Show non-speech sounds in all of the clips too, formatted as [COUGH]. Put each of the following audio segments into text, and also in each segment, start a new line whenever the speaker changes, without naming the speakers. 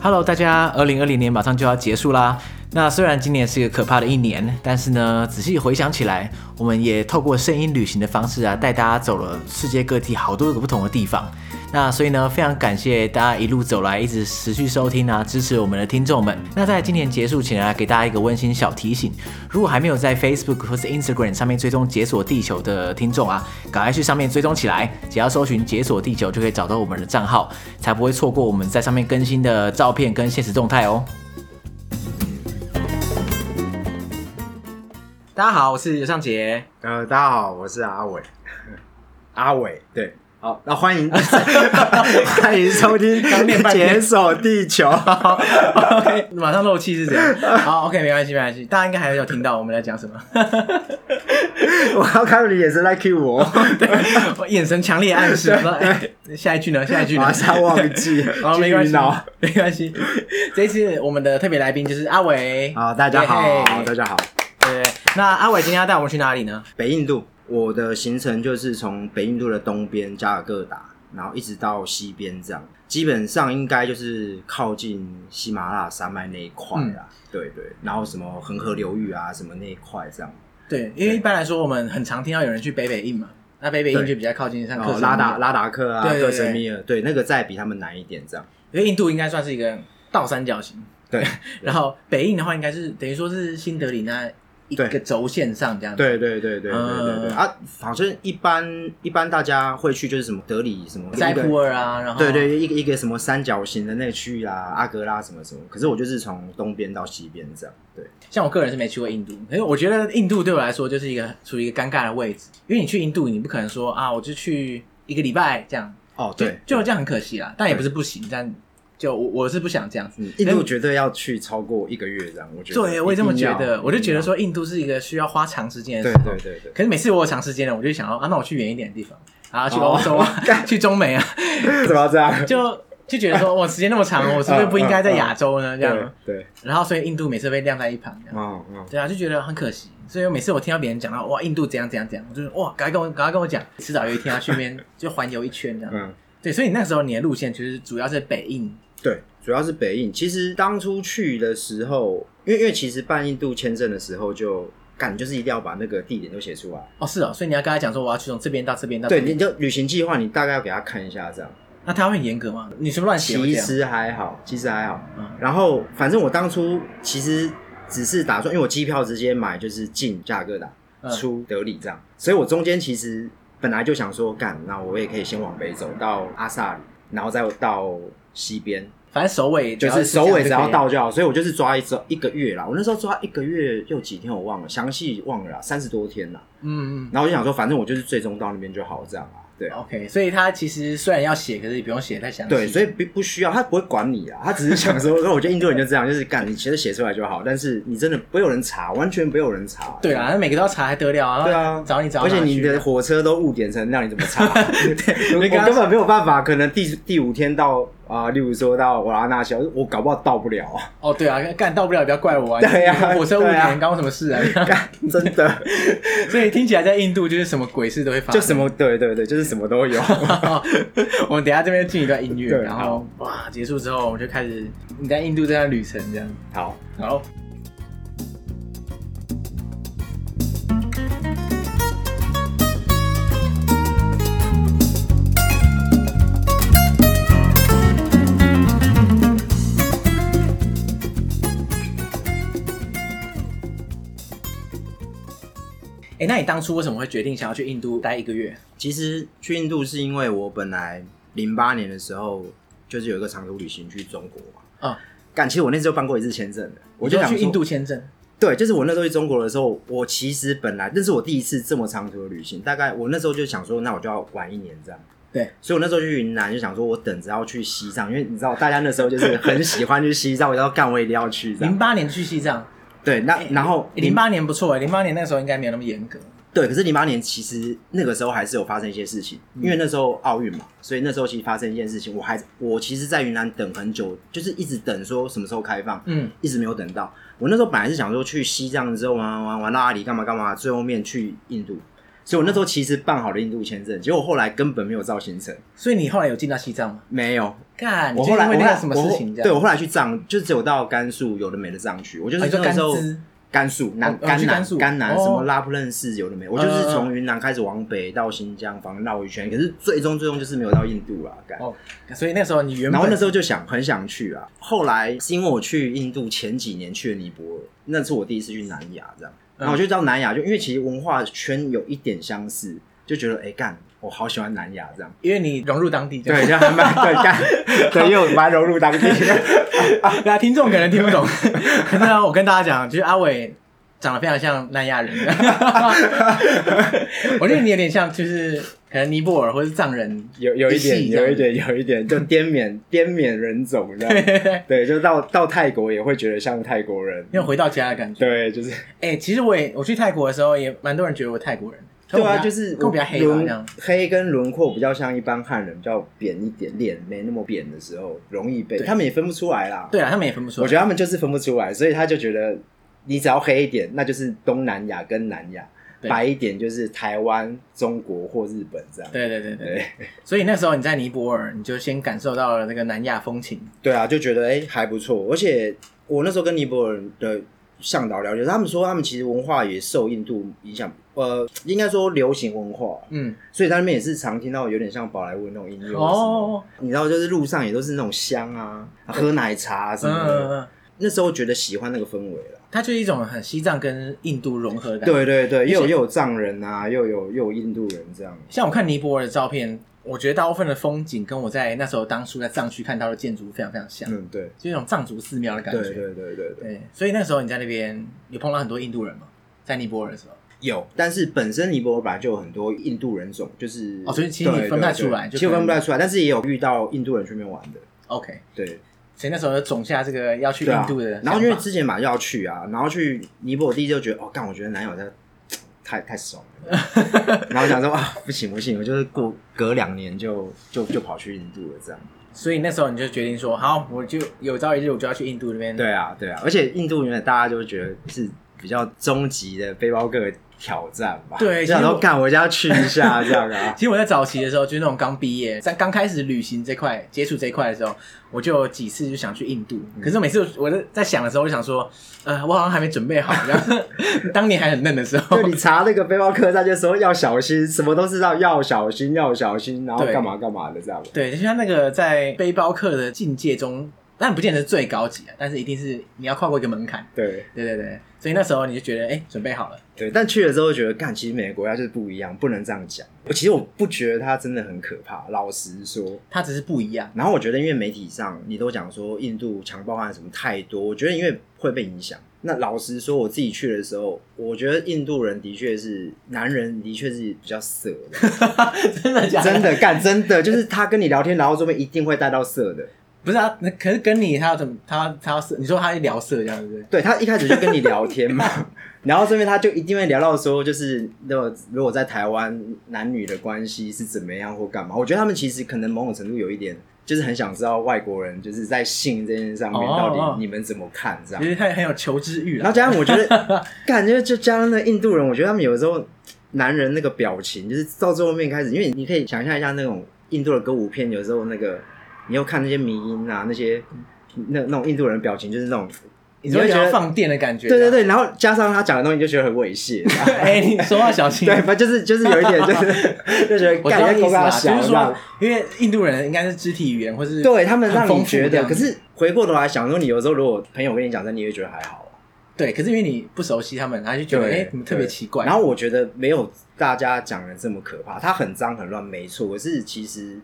Hello，大家，二零二零年马上就要结束啦。那虽然今年是一个可怕的一年，但是呢，仔细回想起来，我们也透过声音旅行的方式啊，带大家走了世界各地好多个不同的地方。那所以呢，非常感谢大家一路走来一直持续收听啊，支持我们的听众们。那在今年结束前啊，给大家一个温馨小提醒：如果还没有在 Facebook 或是 Instagram 上面追踪“解锁地球”的听众啊，赶快去上面追踪起来，只要搜寻“解锁地球”就可以找到我们的账号，才不会错过我们在上面更新的照片跟现实动态哦。大家好，我是尤尚杰。
呃，大家好，我是阿伟，阿伟，对，好，那欢迎 [LAUGHS] 欢迎收听
刚念
《
半天
解锁地球》
OK，马上漏气是这样。好，OK，没关系，没关系，大家应该还有听到我们在讲什么。
我要看到你眼神在 cue
[LAUGHS]
我，
[LAUGHS]
我眼神强烈暗示，我说：“哎、下一句呢？下一句呢？”
马上忘
[LAUGHS]
[LAUGHS]
记，
然后没关
金鱼
系
脑，
没关系。这一次我们的特别来宾就是阿伟。
好，大家
耶嘿
好，大家好，
对，那阿伟今天要带我们去哪里呢？
北印度，我的行程就是从北印度的东边加尔各答，然后一直到西边这样，基本上应该就是靠近喜马拉雅山脉那一块啦，
嗯
对对，然后什么恒河流域啊，什么那一块这样。
对，因为一般来说，我们很常听到有人去北北印嘛，那北北印
对
就比较靠近像克什
哦，
米
拉
尔
达，拉达克啊，
对对
克
对
什米尔，对，那个再比他们难一点，这样。
因为印度应该算是一个倒三角形，
对，
[LAUGHS] 然后北印的话，应该是等于说是新德里那一
对
个轴线上这样子。
对对对对对对对
嗯
啊！好像一般一般大家会去就是什么德里什么
塞
一个
浦尔啊，然后
对对，一个一个什么三角形的那个区域啊，阿格拉什么什么。可是我就是从东边到西边这样，对，
像我个人是没去过印度，因为我觉得印度对我来说就是一个处于一个尴尬的位置，因为你去印度，你不可能说啊，我就去一个礼拜这样，
哦
就
对，
就这样很可惜啦，但也不是不行，但就我我是不想这样子。
嗯，印度绝对要去超过一个月这样，我觉得。
哎对，我也这么
一定
觉
要
得，我就觉得，
一
说印度是一个需要花长时间的
定
时
要
候。
对对对对，
可是每次我有长时间了，我就想要啊，那我去远一点的地方，啊，去
哦
欧洲 [LAUGHS] 啊，去中美啊，
对 [LAUGHS] 怎么要这样？
就就觉得说我时间那么长，我是不是不应该在亚洲 [LAUGHS] 呢？这
对
样，
对，
然后所以印度每次被晾在一旁，这样
嗯嗯，
对啊，就觉得很可惜。所以每次我听到别人讲到哇，印度怎样怎样怎样，我就是哇，赶快跟我赶快跟我讲，迟早有一天要去那
[LAUGHS]
边就环游一圈这样。
嗯。
对，所以你那时候你的路线其实主要是北印，
对，主要是北印。其实当初去的时候，因为因为其实办印度签证的时候就。干就是一定要把那个地点都写出来，
哦是哦，所以你要跟他讲说我要去从这边到这边到这
对，
边，
你就旅行计划，你大概要给他看一下这样。
那他会很严格吗？你是不是乱写？啊
其实还好，其实还好。
嗯
然后反正我当初其实只是打算，因为我机票直接买就是进加尔各答，
嗯
出德里这样，所以我中间其实本来就想说，干，那我也可以先往北走到阿萨里，然后再到西边，
反正首尾
就是
这
首
样
尾只
就可
要
以了
到就好，所以我就是抓一周一个月啦。我那时候抓一个月又几天我忘了，详细忘了啦，三十多天啦。
嗯嗯嗯
然后我就想说，反正我就是最终到那边就好，这样啦。对啊，
，OK，所以他其实虽然要写，可是也不用写太详细。
对，所以不不需要，他不会管你啊，他只是想说，那 [LAUGHS] 我觉得印度人就这样，就是干，你其实写出来就好，但是你真的不会有人查，完全不会有人查。
对啊，那每个都要查还得了啊？
对啊，
找你找到
而且
哪
你
去
的火车都误点成，那你怎么 [LAUGHS] 查？对，我
你跟他
根本没有办法，可能第第五天到啊、例如说到瓦拉纳西，我搞不好到不了啊。
哦，对啊，干到不了也不要怪我啊。
对啊
火车误
对啊
点，关我什么事啊？
干，真的。
[LAUGHS] 所以听起来在印度就是什么鬼事都会发生，
就什么对对对，就是什么都 [LAUGHS] 有。
[LAUGHS] 我们等一下这边进一段音乐，
对
然后哇，结束之后我们就开始你在印度这段旅程这样。
好，
好，哎、那你当初为什么会决定想要去印度待一个月？
其实去印度是因为我本来零八年的时候就是有一个长途旅行去中国嘛。
啊
干，其实我那时候办过一次签证的，嗯我就
你
想
说去
说
印度。签证，
对，就是我那时候去中国的时候，我其实本来那是我第一次这么长途的旅行，大概我那时候就想说，那我就要玩一年这样。
对，
所以我那时候去云南就想说，我等着要去西藏，因为你知道大家那时候就是很喜欢去西藏，我要干我一定要去这 [LAUGHS]
零
样。
八年去西藏，哎
对，那然后
零八年不错哎、零八年那个时候应该没有那么严格。
对，可是零八年其实那个时候还是有发生一些事情，
嗯
因为那时候奥运嘛，所以那时候其实发生一件事情，我还我其实，在云南等很久，就是一直等说什么时候开放，
嗯，
一直没有等到。我那时候本来是想说去西藏之后玩玩玩到阿里干嘛干嘛，最后面去印度，所以我那时候其实办好了印度签证，结果后来根本没有照行程，
所以你后来有进到西藏吗？
没有。
干，你
我
就是
后来
会
我后
遇到
来
什么
我
事
后
情这样？
对我后来去藏，就只有到甘肃有的没的藏区，我就
啊
是
你说
那时候
甘孜
甘肃南
哦哦去
南
甘肃
甘南
哦
什么拉普楞寺有的没，我就
嗯
是
嗯嗯
从云南开始往北到新疆，反正绕一圈，可是最终最终就是没有到印度啊，干。
哦，所以那时候你原
然
本
后那时候就想很想去啊，后来是因为我去印度前几年去了尼泊尔，那是我第一次去南亚这样，然后我就到南亚，就因为其实文化圈有一点相似，就觉得哎干，我好喜欢南亚这样。
因为你融入当地，这样
[LAUGHS]
[LAUGHS]
对，，这样还蛮对 [LAUGHS] 干，对，又蛮融入当地。
那听众可能听不懂，可是呢，我跟大家讲，就是阿伟长得非常像南亚人， [LAUGHS] 我觉得你有点像，就是可能尼泊尔或是藏人，
[LAUGHS] 有有一
一
点，
系这样
有一点，有一点，就滇缅滇缅人种，你知道 [LAUGHS] 吗？对，就到到泰国也会觉得像泰国人，
又回到家的感觉。
对，就是
哎、其实我也我去泰国的时候，也蛮多人觉得我泰国人，
对
跟我
啊，
比较
就是
跟我比较黑吧，这样
轮。黑跟轮廓比较像一般汉人，比较扁一点，脸没那么扁的时候，容易被
对
他们也分不出来啦。
对啊，他们也分不出来。
我觉得他们就是分不出来，所以他就觉得你只要黑一点，那就是东南亚跟南亚；
对
白一点就是台湾、中国或日本这样。
对对对对，
对。
所以那时候你在尼泊尔，你就先感受到了那个南亚风情。
对啊，就觉得哎、诶还不错，而且我那时候跟尼泊尔的向导了解，他们说他们其实文化也受印度影响，呃，应该说流行文化，
嗯，
所以他们也是常听到有点像宝莱坞那种音乐
哦
哦，你知道，就是路上也都是那种香啊，喝奶茶啊
嗯
什么
嗯
的，
嗯，
那时候觉得喜欢那个氛围了。
它就是一种很西藏跟印度融合的感觉。
对对对，又有又有藏人啊，又有又有印度人这样。
像我看尼泊尔的照片，我觉得大部分的风景跟我在那时候当初在藏区看到的建筑非常非常像，
嗯，对，
就一种藏族寺庙的感
对
觉。
对对对对。
对所以那时候你在那边有碰到很多印度人吗？在尼泊尔的时候，
有，但是本身尼泊尔本来就有很多印度人种，就是
哦所以其实你
对
分不太
对对
出来就
其实
可能
分不太出来，但是也有遇到印度人去那边玩的，
，OK，
对，
所以那时候就种下这个要去
对
印
啊
度的想法、
然后因为之前马上就要去啊，然后去尼泊尔第一就觉得，哦，干，我觉得男友在太太爽
[LAUGHS]
了，然后想说啊，不行不行，我就是过隔两年就就就跑去印度了这样。
所以那时候你就决定说，好，我就有朝一日我就要去印度那边。
对啊对啊，而且印度原来大家就觉得是比较终极的背包客的挑战吧，
对
就想
其实
说
我
干，我一定要去一下这样
[LAUGHS]
啊。
其实我在早期的时候，就是那种刚毕业，在刚开始旅行这块接触这一块的时候，我就有几次就想去印度。可是每次我在在想的时候，我就想说，呃，我好像还没准备好。然后当年还很嫩的时候
就，你查那个背包客栈，就说要小心，什么都是要要小心，要小心，然后
对
干嘛干嘛的这样。
对，就像那个在背包客的境界中，但不见得是最高级啊，但是一定是你要跨过一个门槛。
对
对对对，所以那时候你就觉得，哎、准备好了。
对，但去了之后觉得，干，其实每个国家就是不一样，不能这样讲。我其实我不觉得它真的很可怕，老实说。
它只是不一样，
然后我觉得，因为媒体上你都讲说印度强暴案什么太多，我觉得因为会被影响。那老实说，我自己去的时候，我觉得印度人的确是男人，的确是比较色的，
真的假的？
真的干真的，就是他跟你聊天，然后这边一定会带到色的。
不是啊，那可是跟你他要怎么，他他要色，你说他要聊色这样，对不
[LAUGHS]
对？
对他一开始就跟你聊天嘛， [LAUGHS] 然后这边他就一定会聊到说，就是如果如果在台湾男女的关系是怎么样或干嘛，我觉得他们其实可能某种程度有一点，就是很想知道外国人就是在性这件事上面
哦
到
哦
底你们怎么看这样
就。是他很有求知欲啊
然
啦
后。加上我觉
[LAUGHS]
得，感觉就加上那印度人，我觉得他们有时候男人那个表情，就是到最后面开始，因为你可以想象一下那种印度的歌舞片，有时候那个你又看那些迷音啊，那些那那种印度人表情就是那种。
你说
会
有
觉
要
得
放电的感觉，
对对对，然后加上他讲的东西，你就觉得很猥亵。
[LAUGHS] 对，哎，你说话小心。
对，反正就是就是有一点，就是
[LAUGHS]
就觉得
我知
感
道
觉
意
狗
思啦，就
他小
是
这样
说，因为印度人应该是肢体语言或是
对他们
很
让
丰
你
富
觉
这
得，
样
可是回过头来想说，你有时候如果朋友跟你讲这，你也会觉得还好啊。
对，可是因为你不熟悉他们，然后就觉得哎，怎么特别
对
奇怪？
然后我觉得没有大家讲的这么可怕，它很脏很乱，没错。可是其实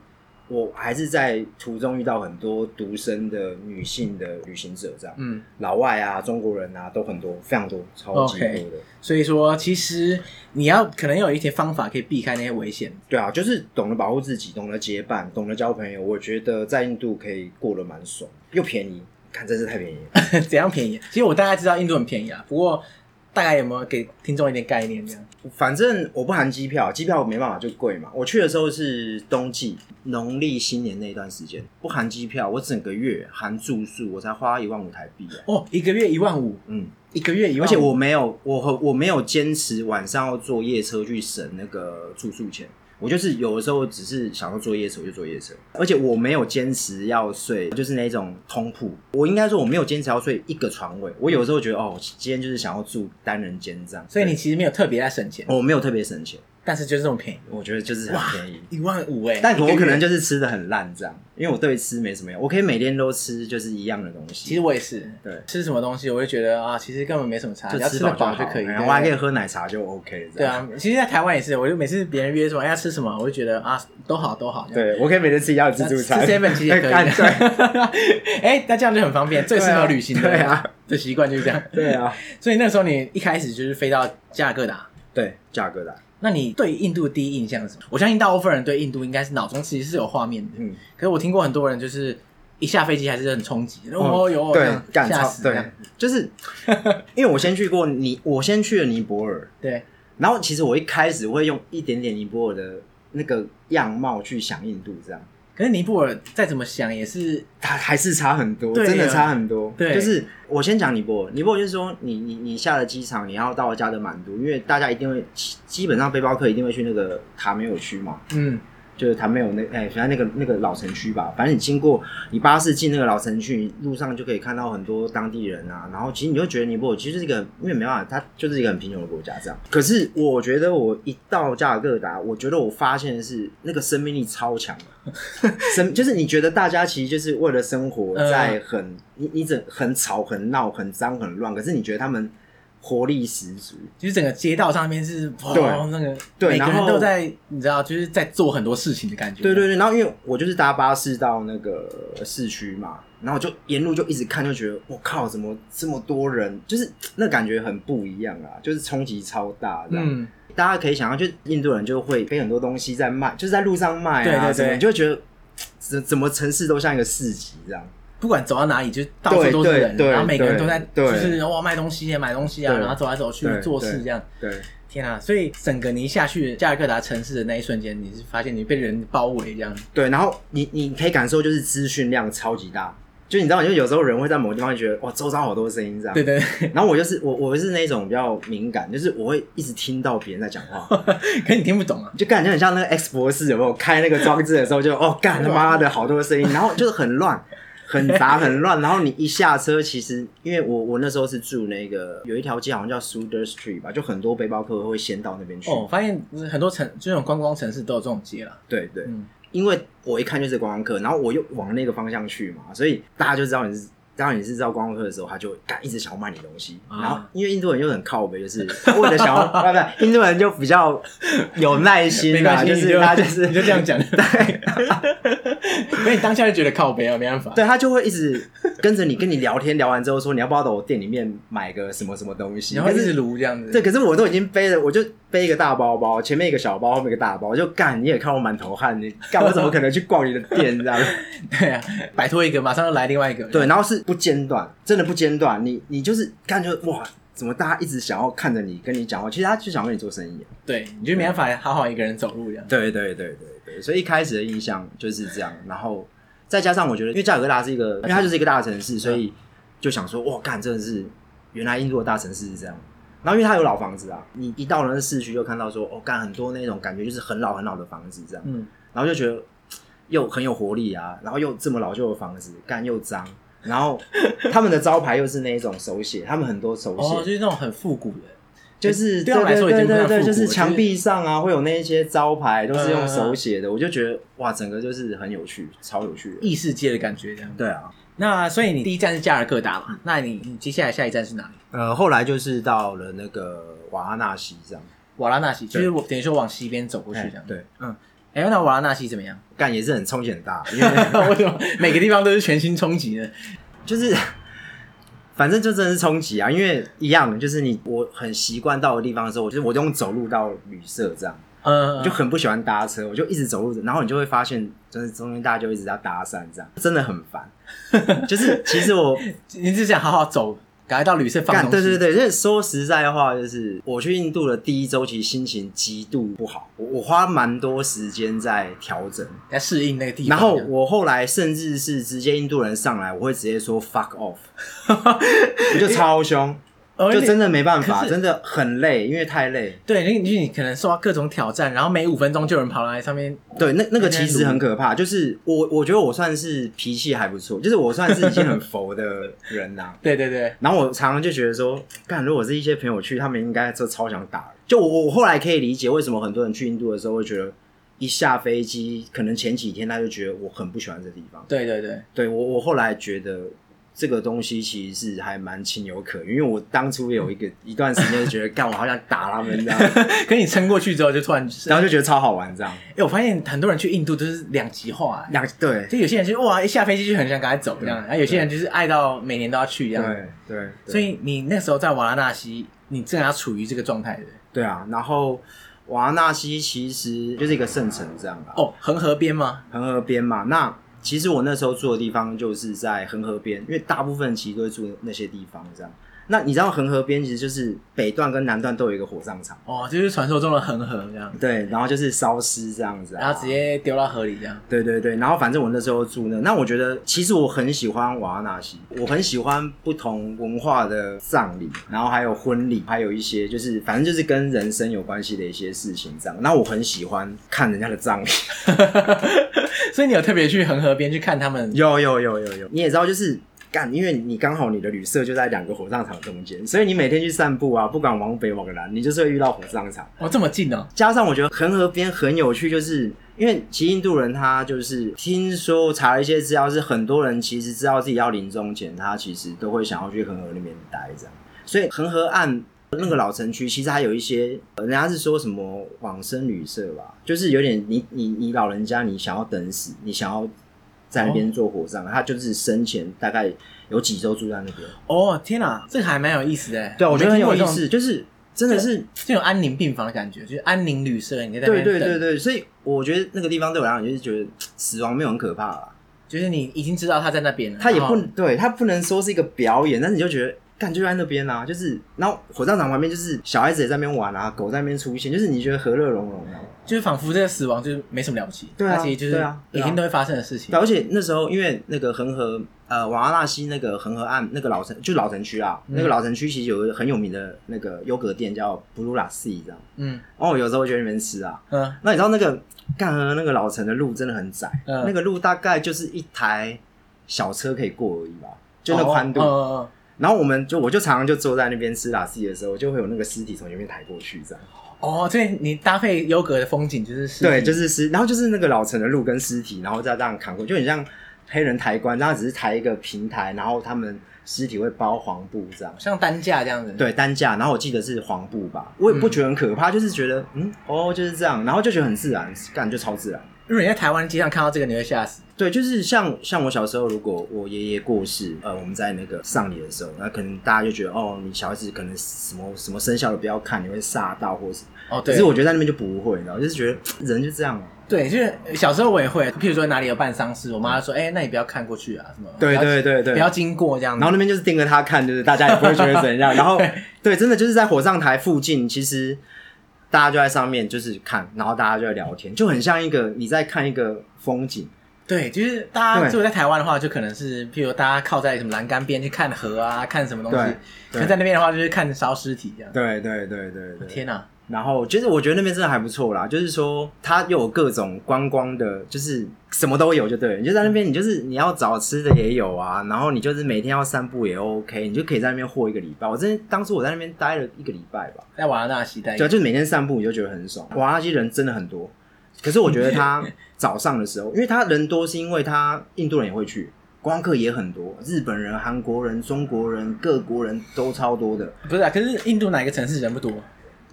我还是在途中遇到很多独身的女性的旅行者，这样、
嗯，
老外啊、中国人啊都很多，非常多，超级多的。
OK 所以说其实你要可能有一些方法可以避开那些危险。 [LAUGHS]
对啊，就是懂得保护自己，懂得结伴，懂得交朋友。我觉得在印度可以过得蛮爽，又便宜，看真是太便宜 [LAUGHS] 了。
怎样便宜？其实我大概知道印度很便宜啊，不过大概有没有给听众一点概念？这样
反正我不含机票，机票没办法就贵嘛。我去的时候是冬季，农历新年那段时间，不含机票，我整个月含住宿，我才花一万五台币、啊。
哦，一个月一万五，
嗯，
一个月一万，
而且我没有，我和我没有坚持晚上要坐夜车去省那个住宿钱。我就是有的时候只是想要坐夜车我就坐夜车，而且我没有坚持要睡，就是那种通铺。我应该说我没有坚持要睡一个床位。我有时候觉得哦，今天就是想要住单人间这样。
所以你其实没有特别在省钱，
我没有特别省钱，
但是就是这么便宜，
我觉得就是很便宜。
一万五哎，
但我可能
就
就是吃的很烂这样，因为我对吃没什么用，我可以每天都吃就是一样的东西。
其实我也是，
对，
吃什么东西我就觉得啊，其实根本没什么差，只
就
要
吃
得
饱
饱就可以。
然
对
后我还可以喝奶茶就 OK 这
对
样。
啊，其实，在台湾也是，我就每次别人约什么哎要吃什么，我就觉得啊，都好都好。这样，
对，我可以每天吃一样的自助餐。
吃 seven 其实也可以。
[LAUGHS] 干对
[LAUGHS] 哎，那这样就很方便，最适合旅行的嗯
对啊
的习惯就是这样。
[LAUGHS] 对啊，
所以那时候你一开始就是飞到加尔各答，
对，价格的，
那你对印度的第一印象是什么？我相信大部分人对印度应该是脑中其实是有画面的，
嗯，
可是我听过很多人就是一下飞机还是很冲击，
哦
哦哟，这
对
样，
干
吓
超
死这
对
样，
就是
[LAUGHS]
因为我先去过尼，我先去了尼泊尔，
对，
然后其实我一开始会用一点点尼泊尔的那个样貌去想印度，这样，
可是尼泊尔再怎么想也是
它还是差很多，
对啊
真的差很多。
对
就是我先讲尼泊尔，尼泊尔就是说你你你下了机场，你要到加德满都，因为大家一定会基基本上背包客一定会去那个塔米尔区嘛，
嗯
就是他没有那哎，反正那个那个老城区吧，反正你经过你巴士进那个老城区，你路上就可以看到很多当地人啊。然后其实你就觉得尼泊尔其实是一个，因为没办法，它就是一个很贫穷的国家这样。可是我觉得我一到加尔各答，我觉得我发现的是那个生命力超强的，生 [LAUGHS] 就是你觉得大家其实就是为了生活
嗯
在很、你你整很吵很闹很脏很乱，可是你觉得他们活力十足，
就是整个街道上面是哇，
对
那个
对
每个
然
人
后
都在，你知道，就是在做很多事情的感觉。
对对对，然后因为我就是搭巴士到那个市区嘛，然后就沿路就一直看，就觉得我靠，怎么这么多人？就是那感觉很不一样啊， [LAUGHS] 就是冲击超大这样。
嗯，
大家可以想象，就是印度人就会背很多东西在卖，就是在路上卖
对对对
啊，什么，你就会觉得怎怎么城市都像一个市集这样。
不管走到哪里，就到处都是人，
对对
然后每个人都在，
对
就
对
是哇卖东西、买东西啊，
对
然后走来走去
对
做事
对
这样。
对，
天啊！所以整个你一下去加尔各答城市的那一瞬间，你是发现你被人包围这样。
对，然后你你可以感受就是资讯量超级大，就你知道，就有时候人会在某个地方觉得哇，周遭好多声音这样。
对对对，
然后我就是我，我是那种比较敏感，就是我会一直听到别人在讲话，
[LAUGHS] 可你听不懂啊。
就感觉很像那个 X 博士有没有开那个装置的时候就，哦干他妈的好多声音，然后就是很乱、 [LAUGHS] 很杂、很乱。然后你一下车，其实因为我我那时候是住那个有一条街好像叫 Suder Street 吧，就很多背包客会先到那边去。
哦，我发现很多城这种观光城市都有这种街了。
对对，
嗯
因为我一看就是观光客，然后我又往那个方向去嘛，所以大家就知道你是。当然你是知道观光客的时候，他就会干一直想要卖你东西。
啊
然后因为印度人又很靠北，就是他为了想要， [LAUGHS] 不不，印度人就比较有耐
[LAUGHS] 没
心
关
啊，
系，
就
你
是
[LAUGHS]
他就是
你就这样
[LAUGHS]
讲，对。所以你当下就觉得靠北啊，没办法。
对他就会一直跟着你，跟你聊天，聊完之后说你要不要到我店里面买个什么什么东西，
然后
可
一
是
直撸这样子。
对，可是我都已经背了，我就背一个大包包，前面一个小包，后面一个大包，就干你也看我满头汗，你干我怎么可能去逛你的店这样？ [LAUGHS]
对啊，摆脱一个，马上就来另外一个。
对，，然后是不间断，真的不间断。你你就是感觉哇，怎么大家一直想要看着你跟你讲话？其实他就想跟你做生意、啊。
对，你就没办法好好一个人走路这样。
对对对对对，所以一开始的印象就是这样。然后再加上我觉得，因为加尔各答是一个，因为它就是一个大城市，所以
嗯
就想说，哇，干，真的是原来印度的大城市是这样。然后因为它有老房子啊，你一到了那市区就看到说，哦，干很多那种感觉就是很老很老的房子这样。
嗯，
然后就觉得又很有活力啊，然后又这么老旧的房子，干又脏，然后他们的招牌又是那一种手写，他们很多手写，
哦，就是那种很复古的，
就是
对我来说已
对
经不
对
算复
对，
古
就是
了
墙壁上啊会有那一些招牌都是
嗯嗯
用
嗯
手写的，我就觉得哇，整个就是很有趣，超有趣的。
异世界的感觉这样。
对啊，
那所以你第一站是加尔各答嘛？那你你接下来下一站是哪里？
呃，后来就是到了那个瓦拉纳西这样，
瓦拉纳西，就是我等于说往西边走过去这
哎
样。，
对，
嗯。哎，那瓦拉纳西怎么
[LAUGHS]
样？
干也是很冲击很 [LAUGHS] 大，因为
为什么每个地方都是全新冲击呢？
就是，反正就真的是冲击啊，因为一样，就是你我很习惯到的地方的时候，我就是我就用走路到旅社这样，
嗯，
我就很不喜欢搭车，我就一直走路，然后你就会发现，就是中间大家就一直在搭讪这样，真的很 [LAUGHS] 烦。就是其实我
你只想好好走，赶快到旅社放
干，
东
对
西。
对对，就是说实在话，就是我去印度的第一周，其实心情极度不好，我我花蛮多时间在调整。
在适应那个地方
然
这
后
样。
我后来甚至 [LAUGHS] 是直接印度人上来，我会直接说哦 fuck off，我就超凶。
而
就
且
真的没办
哦可
法，
是
真的很累，因为太累。
对，那你你可能受到各种挑战，然后每五分钟就有人跑来上面，
对，那那个
天
其
天
实
撸
很可怕。就是我，我觉得我算是脾气还不错，就是我算是已经很 [LAUGHS] 佛的人啦、
对对对，
然后我常常就觉得说，干，如果是一些朋友去，他们应该就超想打人。就我我后来可以理解为什么很多人去印度的时候会觉得，一下飞机，可能前几天他就觉得我很不喜欢这地方。
对对对， [LAUGHS]
对我我后来觉得这个东西其实是还蛮情有可原，因为我当初有一个一段时间就觉得，干，我好想打他们这样，
可你撑过去之后就突然，
然后就觉得超好玩这样。
哎、我发现很多人去印度都是两极化、哎
两对
就有些人就哇一下飞机就很想赶快走这样，然后有些人就是爱到每年都要去这样，
对对，
所以你那时候在瓦拉纳西，你正要处于这个状态的
对啊，然后瓦纳西其实就是一个圣城这样啦，
哦，恒河边吗？
恒河边嘛。那其实我那时候住的地方就是在恒河边，因为大部分其实都会住那些地方这样。那你知道恒河边其实就是北段跟南段都有一个火葬场，
哦，就是传说中的恒河这样，
对，然后就是烧尸这样子、啊，
然后直接丢到河里这样。 [LAUGHS]
对对对，然后反正我那时候住那，那我觉得其实我很喜欢瓦纳西，我很喜欢不同文化的葬礼，然后还有婚礼，还有一些就是反正就是跟人生有关系的一些事情这样。那我很喜欢看人家的葬礼，
所以你有特别去恒河边去看他们？
有有有有有，你也知道就是。干，因为你刚好你的旅社就在两个火葬场中间，所以你每天去散步啊，不管往北往南，你就是会遇到火葬场。
哦，这么近哦，
加上我觉得恒河边很有趣，就是因为其实印度人他就是听说查了一些资料，是很多人其实知道自己要临终前，他其实都会想要去恒河那边待这样。所以恒河岸那个老城区其实还有一些，呃人家是说什么往生旅社吧，就是有点你你你老人家你想要等死，你想要在那边做火葬，他就是生前大概有几周住在那边。
哦天哪，这个还蛮有意思的。
对啊，我觉得很有
没
意
听过这种，
思，就是真的是。
这种安宁病房的感觉，就是安宁旅社，你在那
对
边
对
等，
对对，所以我觉得那个地方对我来讲就是觉得死亡没有很可怕
哦
啦，
就是你已经知道他在那边了，
他也不
然后
对他不能说是一个表演，但是你就觉得。感就在那边啊，就是，然后火葬场旁边就是小孩子也在那边玩啊，狗在那边出现，就是你觉得和乐融啊融的、
就是仿佛这个死亡就是没什么了不起，
对啊
它其实就
对
是
啊对
每
啊
天都会发生的事情
对。而且那时候因为那个恒河呃瓦拉纳西那个恒河岸那个老城就老城区啊，
嗯
那个老城区其实有一个很有名的那个优格店叫布鲁拉西这样，
嗯
然哦后我有时候会去那边吃啊，
嗯，
那你知道那个干河那个老城的路真的很窄，
嗯
那个路大概就是一台小车可以过而已吧，就那宽度。
哦哦哦
然后我们就我就常常就坐在那边吃拉西的时候，就会有那个尸体从前面抬过去这样。
哦，所以你搭配优格的风景就是是
对，就是尸，然后就是那个老城的路跟尸体，然后再这样扛过，就很像黑人抬棺，然后只是抬一个平台，然后他们尸体会包黄布这样。
像担架这样子。，
对担架，然后我记得是黄布吧，我也不觉得很可怕，就是觉得嗯哦就是这样，然后就觉得很自然，感觉超自然。
如果你在台湾街上看到这个，你会吓死。
对，就是像像我小时候，如果我爷爷过世，呃，我们在那个丧礼的时候，那可能大家就觉得，哦，你小孩子可能什么什么生肖的不要看，你会煞到或是，
哦，
可
对，
是我觉得在那边就不会，你知道，就是觉得人就这样啊。
对，就是小时候我也会，譬如说哪里有办丧事，我妈就说：“哎、那你不要看过去啊，什么
对
不要
对对对
不要经过这样
然
子。
后那边就是盯着他看，就是大家也不会觉得
[LAUGHS]
怎样。然后对，真的就是在火葬台附近，其实大家就在上面就是看，然后大家就在聊天，就很像一个你在看一个风景。”
对，就是大家
对
如果在台湾的话，就可能是譬如大家靠在什么栏杆边去看河啊，看什么东西
对；
可
对
是在那边的话，就是看烧尸体这样。
对对对对对。
天哪、
然后其实我觉得那边真的还不错啦，就是说它又有各种观光的，就是什么都有，就对了。你就在那边，你就是你要找吃的也有啊，然后你就是每天要散步也 OK，你就可以在那边过一个礼拜。我真的当初我在那边待了一个礼拜吧，
在瓦拉纳西待
对啊，就是每天散步你就觉得很爽。哇，那些人真的很多，可是我觉得他早上的时候，因为他人多是因为他印度人也会去，观光客也很多，日本人、韩国人、中国人、各国人都超多的，
不是、啊？可是印度哪一个城市人不多？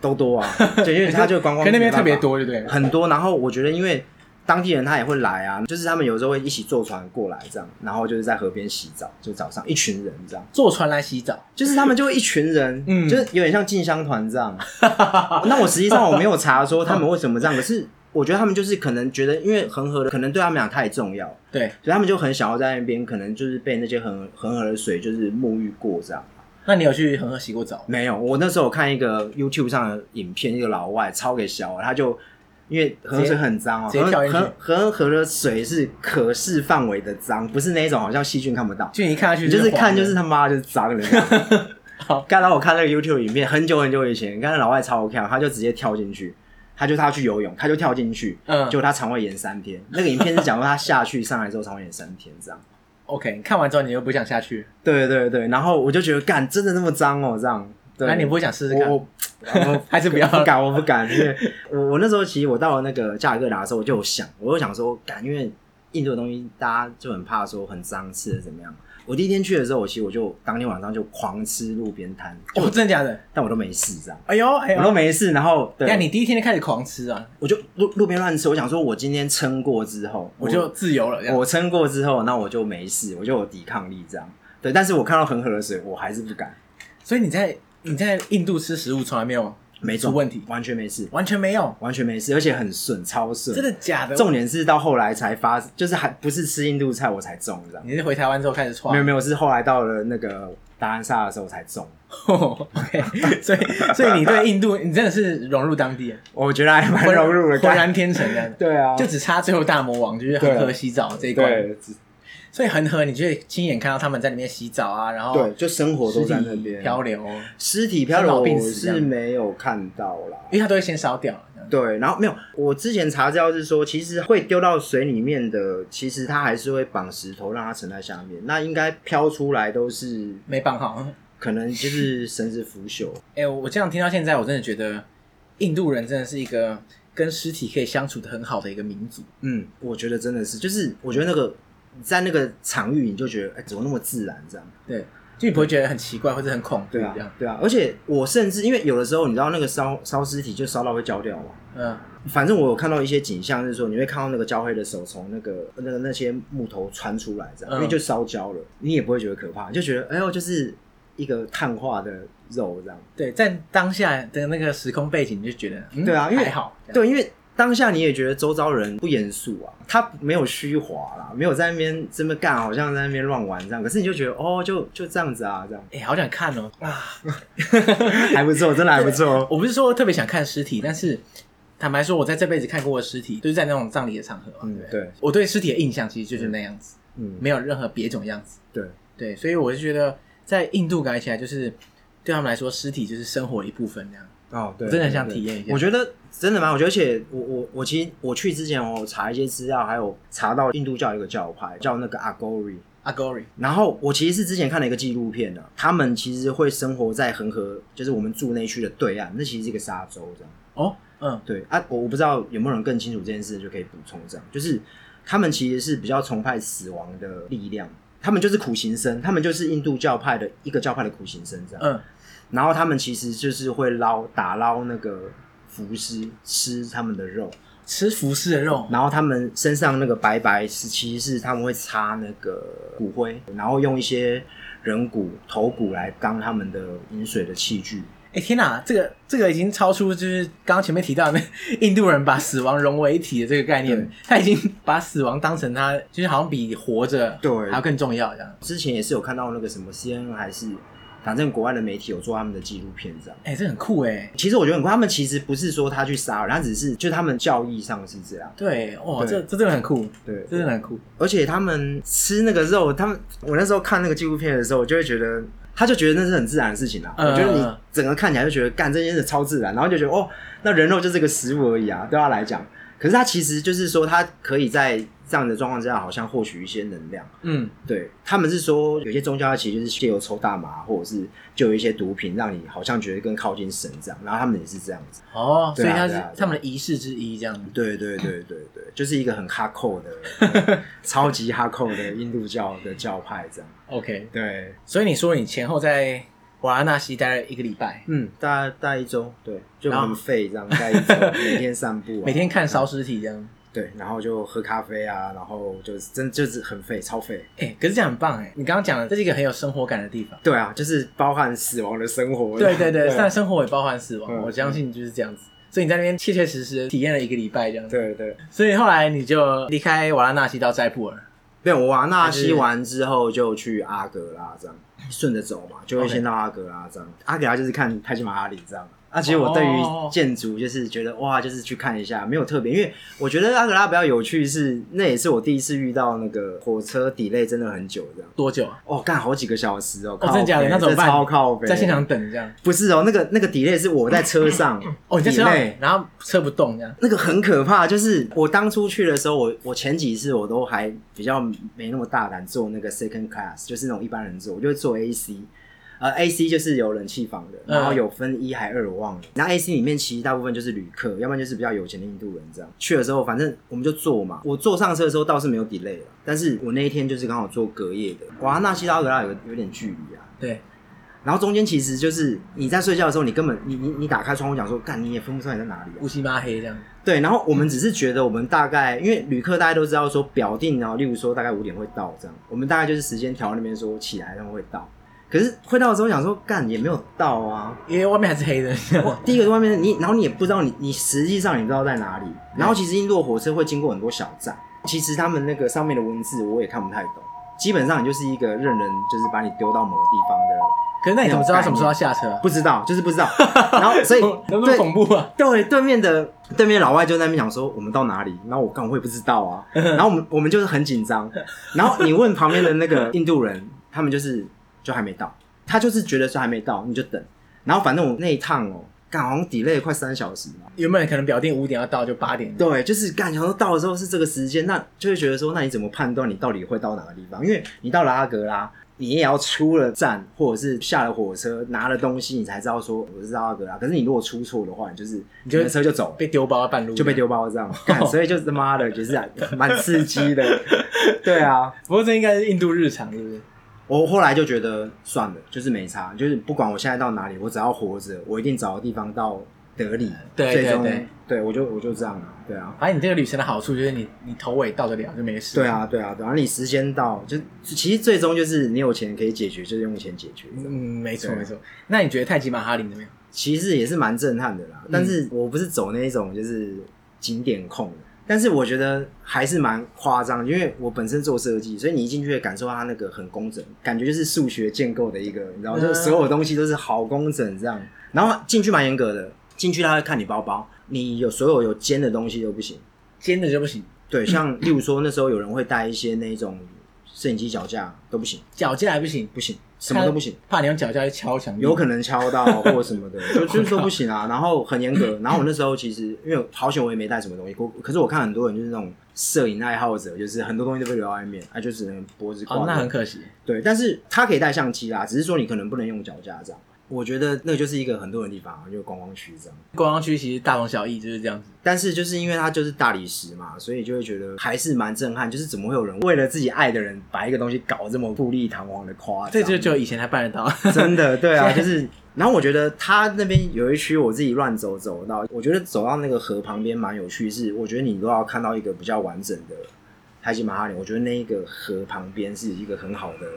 都多啊，就因为他就观光
可
客
那边特别
没办法
多，对不对？
很多，然后我觉得因为当地人他也会来啊，就是他们有时候会一起坐船过来这样，然后就是在河边洗澡，就早上一群人这样，
坐船来洗澡，
就是他们就会一群人，
嗯
就是有点像进香团这样。那我实际上我没有查说他们为什么这样，可是我觉得他们就是可能觉得，因为恒河的可能对他们俩太重要，
对。
所以他们就很想要在那边，可能就是被那些恒恒河的水就是沐浴过这样。
那你有去恒河洗过澡？
没有，我那时候有看一个 YouTube 上的影片，一个老外超给小的，他就因为河水很脏哦，
直接直接跳进去
河河河的水是可视范围的脏，不是那种好像细菌看不到，
就你一看下去，
你就是看就是是他妈就是脏的那种。
[LAUGHS] 好
刚才我看那个 YouTube 影片，很久很久以前，刚才老外超好看，他就直接跳进去，他就他去游泳，他就跳进去，
嗯
结果他肠胃炎三天。那个影片是讲说他下去上来之后肠胃炎三天这样。
OK，你看完之后你又不想下去，
对对对，然后我就觉得干真的那么脏哦这样。对
那你不会想试试看
我？我我
[LAUGHS] 还是不要
不敢，我不敢，因为我我那时候其实我到了那个加尔各答的时候，我就有想，我就想说，敢，因为印度的东西大家就很怕说很脏，吃的怎么样。我第一天去的时候，我其实我就当天晚上就狂吃路边摊，就
哦，真的假的？
但我都没事这样，
哎呦哎
我都
呦！
没事。然后
那
对，
你第一天就开始狂吃啊，
我就路路边乱吃，我想说我今天撑过之后，
我就自由了，这样
我撑过之后，那我就没事，我就有抵抗力这样。对，但是我看到恒河的水，我还是不敢，
所以你在你在印度吃食物从来没有
没
出
中
问题，
完全没事，
完全没有，
完全没事，而且很顺，超顺，
真的假的？
重点是到后来才发，就是还不是吃印度菜我才中这样，
你是回台湾之后开始啊创？
没有没有，是后来到了那个达兰萨的时候才中。
哦 [LAUGHS] OK，所以所以你对印度，你真的是融入当地，
我觉得还蛮融入的
浑
感
然天成这样。
对啊，
就只差最后大魔王就是恒河
对
洗澡这一关，
对
所以恒河你就会亲眼看到他们在里面洗澡啊，然后
对，就生活
尸
都
体
在那边。
漂流，
尸体漂流
生老病
我
死这样
是没有看到啦。
因为它都会先烧掉。这样
对，然后没有，我之前查资料是说，其实会丢到水里面的，其实它还是会绑石头让它沉在下面，那应该飘出来都是
没绑好。
可能就是绳之腐朽。
哎、我这样听到现在，我真的觉得印度人真的是一个跟尸体可以相处的很好的一个民族。
嗯，我觉得真的是，就是我觉得那个在那个场域，你就觉得哎、怎么那么自然这样？
对，就你不会觉得很奇怪或者很恐惧
对
这样
啊。，对啊。而且我甚至因为有的时候，你知道那个烧烧尸体就烧到会焦掉嘛。
嗯，
反正我有看到一些景象，是说你会看到那个焦黑的手从那个那个那些木头穿出来这
嗯
样，因为就烧焦了，你也不会觉得可怕，就觉得哎呦，就是一个碳化的肉这样。
对，在当下的那个时空背景，你就觉得、嗯、
对啊因为
还好。这样
对，因为当下你也觉得周遭人不严肃啊，他没有虚华啦，没有在那边这么干，好像在那边乱玩这样。可是你就觉得哦，就就这样子啊，这样
哎、好想看哦啊！
还不错，真的还不错。哦
我不是说特别想看尸体，但是坦白说，我在这辈子看过的尸体，就是在那种葬礼的场合嘛。
嗯
对不
对
我对尸体的印象其实就是那样子，
嗯，
没有任何别种样子。
对，
对，所以我是觉得在印度感觉起来，就是对他们来说，尸体就是生活的一部分那样。
哦，对，
我真的很
对
想
对
体验一下
我觉得真的蛮，我觉得，而且我我我其实我去之前哦，我查一些资料，还有查到印度教有一个教派叫那个 Agori。
阿 g o r i
然后我其实是之前看了一个纪录片啊，他们其实会生活在恒河，就是我们住那区的对岸，那其实是一个沙洲这样。
哦，嗯，
对啊，我我不知道有没有人更清楚这件事，就可以补充这样，就是他们其实是比较崇拜死亡的力量，他们就是苦行僧，他们就是印度教派的一个教派的苦行僧这样。
嗯，
然后他们其实就是会捞打捞那个浮尸，吃他们的肉，
吃服尸的肉，
然后他们身上那个白白是其实是他们会擦那个骨灰，然后用一些人骨头骨来当他们的饮水的器具。
哎、天哪，这个这个已经超出就是刚刚前面提到的那 [LAUGHS] 印度人把死亡融为一体的这个概念
对，
他已经把死亡当成他就是好像比活着
对
还要更重要这样。
之前也是有看到那个什么 CNN 还是反正国外的媒体有做他们的纪录片这样。
哎、这很酷哎、
其实我觉得很酷，他们其实不是说他去杀人，他只是就他们教义上是这样。
对，哇，
对
这这真的很酷，
对，
这真的很酷。
而且他们吃那个肉，他们我那时候看那个纪录片的时候，我就会觉得，他就觉得那是很自然的事情啊。
嗯
我觉得你整个看起来就觉得干这件事超自然，然后就觉得哦，那人肉就是个食物而已啊，对他来讲。可是他其实就是说，他可以在这样的状况之下，好像获取一些能量。
嗯，
对他们是说，有些宗教它其实就是借由抽大麻，或者是就有一些毒品，让你好像觉得更靠近神这样。然后他们也是这样子。
哦，所以
对啊
他是、
对啊对啊
他们的仪式之一这样。
对对对对对，就是一个很哈扣的、超级哈扣的印度教的教派这样。
OK，
对，
所以你说你前后在瓦拉纳西待了一个礼拜，
嗯，大概大概一周，对，就
然后
很废这样，大概一 [LAUGHS] 周，每天散步、啊，
每天看烧尸体这样。
对，然后就喝咖啡啊，然后就是真就是很废，超废。
哎、可是这样很棒哎、你刚刚讲的这是一个很有生活感的地方。
对啊，就是包含死亡的生
[LAUGHS]
活。
对对对，但
对啊
生活也包含死亡，
嗯
我相信就是这样子。所以你在那边切切实实地体验了一个礼拜这样子。
对对，
所以后来你就离开瓦拉纳西到斋普尔。
对我瓦纳
还是
西完之后就去阿格拉这样，顺着走嘛，就会
OK
先到阿格拉这样。阿格拉就是看泰姬玛哈里这样，那其实我对
哦
于建筑就是觉得哇，就是去看一下，没有特别，因为我觉得阿格拉比较有趣是，那也是我第一次遇到那个火车 delay 真的很久这样，
多久啊？
哦，干好几个小时哦，
哦
靠
真的假的
北
那怎么
这
办
超靠北，
在现场等这样？
不是哦，那个那个 delay 是我在车上 delay，
哦，你在车上，然后车不动这样？
那个很可怕，就是我当初去的时候，我我前几次我都还比较没那么大胆坐那个 second class，就是那种一般人坐，我就会坐 AC，呃 AC 就是有冷气房的，
嗯
然后有分一还二我忘了，然后 AC 里面其实大部分就是旅客，要不然就是比较有钱的印度人这样。去的时候反正我们就坐嘛，我坐上车的时候倒是没有 delay 了，但是我那一天就是刚好坐隔夜的，瓦纳西到阿格拉有有点距离啊，
对，
然后中间其实就是你在睡觉的时候，你根本你你你打开窗户讲说，干你也分不出来你在哪里、啊。
乌漆嘛黑这样。
对，然后我们
嗯
只是觉得我们大概，因为旅客大家都知道说表定啊，例如说大概五点会到这样，我们大概就是时间调到那边说起来然后会到，可是会到的时候想说干也没有到啊。
因为外面还是黑的，嗯
第一个外面你，然后你也不知道你你实际上你不知道在哪里，然后其实印度的火车会经过很多小站，其实他们那个上面的文字我也看不太懂，基本上你就是一个任人就是把你丢到某个地方的，
[LAUGHS] 可是那你怎么知道什么时候要下车啊？
不知道就是不知道，然后 [LAUGHS]
[LAUGHS]
所以
能不能
对
恐怖啊？
对，对面的对面的老外就在那边讲说我们到哪里，然后我刚我也不知道
[LAUGHS]
啊，然后我们我们就是很紧张，然后你问旁边的那个印度人，他们就是就还没到，他就是觉得说还没到，你就等，然后反正我那一趟哦，干好像 delay 了快三小时嘛，
[LAUGHS] 原本可能表定五点要到，就八点。
对，就是干，然后到的时候是这个时间，那就会觉得说，那你怎么判断你到底会到哪个地方？因为你到了阿格拉，你也要出了站，或者是下了火车拿了东西，你才知道说我是到阿格拉。可是你如果出错的话，你就是
你就
你的车就走了。
被丢包半路
就被。丢包这样，
[LAUGHS]
干，所以就是他妈的，就是蛮刺激的， [LAUGHS] 对啊。
不过这应该是印度日常，是不是？
我后来就觉得算了，就是没差，就是不管我现在到哪里，我只要活着，我一定找个地方到德里。
对
最终
对对
对我就我就这样了，对啊，
反正你这个旅程的好处就是你你头尾到得了就没事。
对，啊，对啊，对啊。你时间到，就其实最终就是你有钱可以解决，就是用钱解决。
嗯，没错
对啊
没错。那你觉得泰姬玛哈林怎么样？
其实也是蛮震撼的啦。但是我不是走那一种就是景点控的，但是我觉得还是蛮夸张的，因为我本身做设计，所以你一进去会感受到它那个很工整，感觉就是数学建构的一个，你知道，
嗯
就是所有东西都是好工整这样。然后进去蛮严格的，进去他会看你包包，你有所有有尖的东西都不行。
尖的就不行，
对，像例如说那时候有人会带一些那种摄影机脚架都不行，
脚架还不行，
不行，什么都不行。
怕你用脚架去敲墙壁。
有可能
[LAUGHS]
敲到或什么的，就就是说不行啊。然后很严格。然后我那时候其实因为好险我也没带什么东西，我可是我看很多人就是那种摄影爱好者，就是很多东西都被留在外面，啊，就只能脖子
哦，
挂
那
着。
很可惜。
对，但是他可以带相机啦，只是说你可能不能用脚架这样。我觉得那就是一个很多人的地方啊，就观光区这样。
观光区其实大同小异，就是这样子。
但是就是因为它就是大理石嘛，所以就会觉得还是蛮震撼，就是怎么会有人为了自己爱的人把一个东西搞这么富丽堂皇的夸张？
这就只有以前才办得到。 [LAUGHS]
真的，对啊，就是。然后我觉得他那边有一区，我自己乱走走到，我觉得走到那个河旁边蛮有趣，是我觉得你都要看到一个比较完整的泰姬玛哈林，我觉得那一个河旁边是一个很好的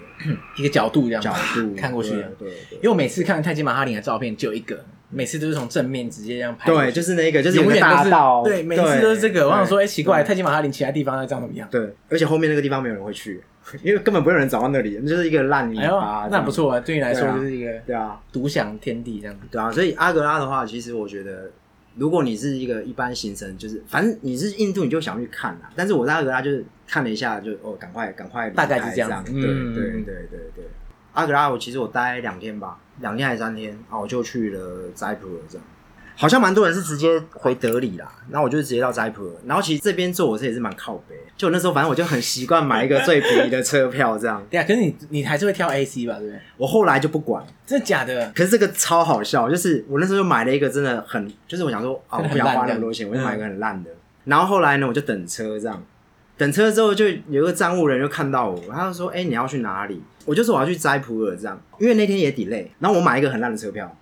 一个角度这样子
角度
看过去
对
的。
对对
因为我每次看泰姬玛哈林的照片只有一个，每次都是从正面直接这样拍过去。
对，就是那一个，就是有
永
个
远都
大
是
道，
对，每次都是这个。我想说，哎、
对
奇怪，泰姬玛哈林其他地方要长什么样？
对，而且后面那个地方没有人会去，因为根本不会有人走到那里，那就是一个烂泥
哎呦
巴，，
那不，错啊，对你来说
对啊
就是一个
对啊，
独享天地这样子。
对啊，所以阿格拉的话，其实我觉得，如果你是一个一般行程，就是反正你是印度，你就想去看啦。但是我在阿格拉就是看了一下，就哦，赶快赶快离
大
开，
概是
这
这样子
对
嗯
对对对对。阿格拉，我其实我待两天吧，两天还是三天啊，我就去了斋普尔这样。好像蛮多人是直接回德里啦，然后我就直接到斋普尔，然后其实这边坐火车也是蛮靠北，就那时候反正我就很习惯买一个最便宜的车票这样，
对啊，可是你你还是会挑 AC 吧，对不对？
我后来就不管，
真的假的？
可是这个超好笑，就是我那时候就买了一个真的很，就是我想说啊，
真的
我不
很烂
想花
的
那么多钱，我就
嗯
买一个很烂的。然后后来呢，我就等车这样，等车之后就有一个站务人就看到我，他就说：“哎、你要去哪里？”我就说我要去斋普尔这样，因为那天也 delay，然后我买一个很烂的
[LAUGHS]
车票，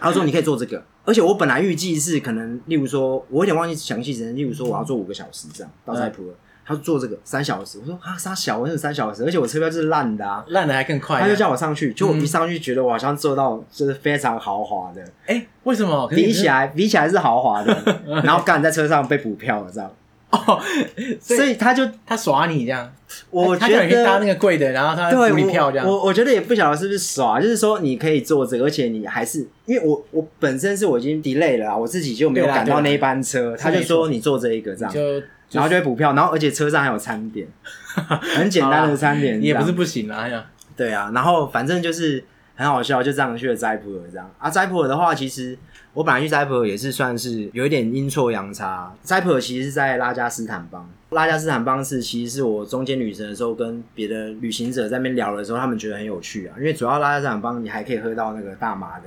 他说你可以坐这个，而且我本来预计是可能，例如说，我有点忘记详细时间，例如说我要坐五个小时这样到斋
嗯
普尔，他说坐这个三小时，我说啊，三小我有三小时，而且我车票就是烂的啊，
烂的还更快、
他就
啊。
叫我上去，就我一上去觉得我好像做到就是非常豪华的，
哎、为什么？可是你 [LAUGHS]
比起来比起来是豪华的，然后干在车上被补票了这样。
哦，所
所
以
以他就
他耍你这样，
我
哎他
觉
叫你去搭
得
那个贵的，然后他
对
补你票这样
我。我我觉得也不晓得是不是耍，就是说你可以做这个，而且你还是因为我我本身是我已经 delay 了啊，我自己就没有
对啦
赶
对啦
到那一
[LAUGHS]
班车，他就
没错
说你做这一个这样，
就
然后就会补票，然后而且车上还有餐点，很简单的餐点，
也
这
不
样
是不行啦，哎呀，
对啊，然后反正就是很好笑，就这样去了斋普尔这样啊。斋普尔的话，其实我本来去斋普尔也是算是有一点阴错阳差。斋普尔其实是在拉加斯坦邦，拉加斯坦邦是其实是我中间旅程的时候跟别的旅行者在那边聊的时候，他们觉得很有趣啊，因为主要拉加斯坦邦你还可以喝到那个大麻的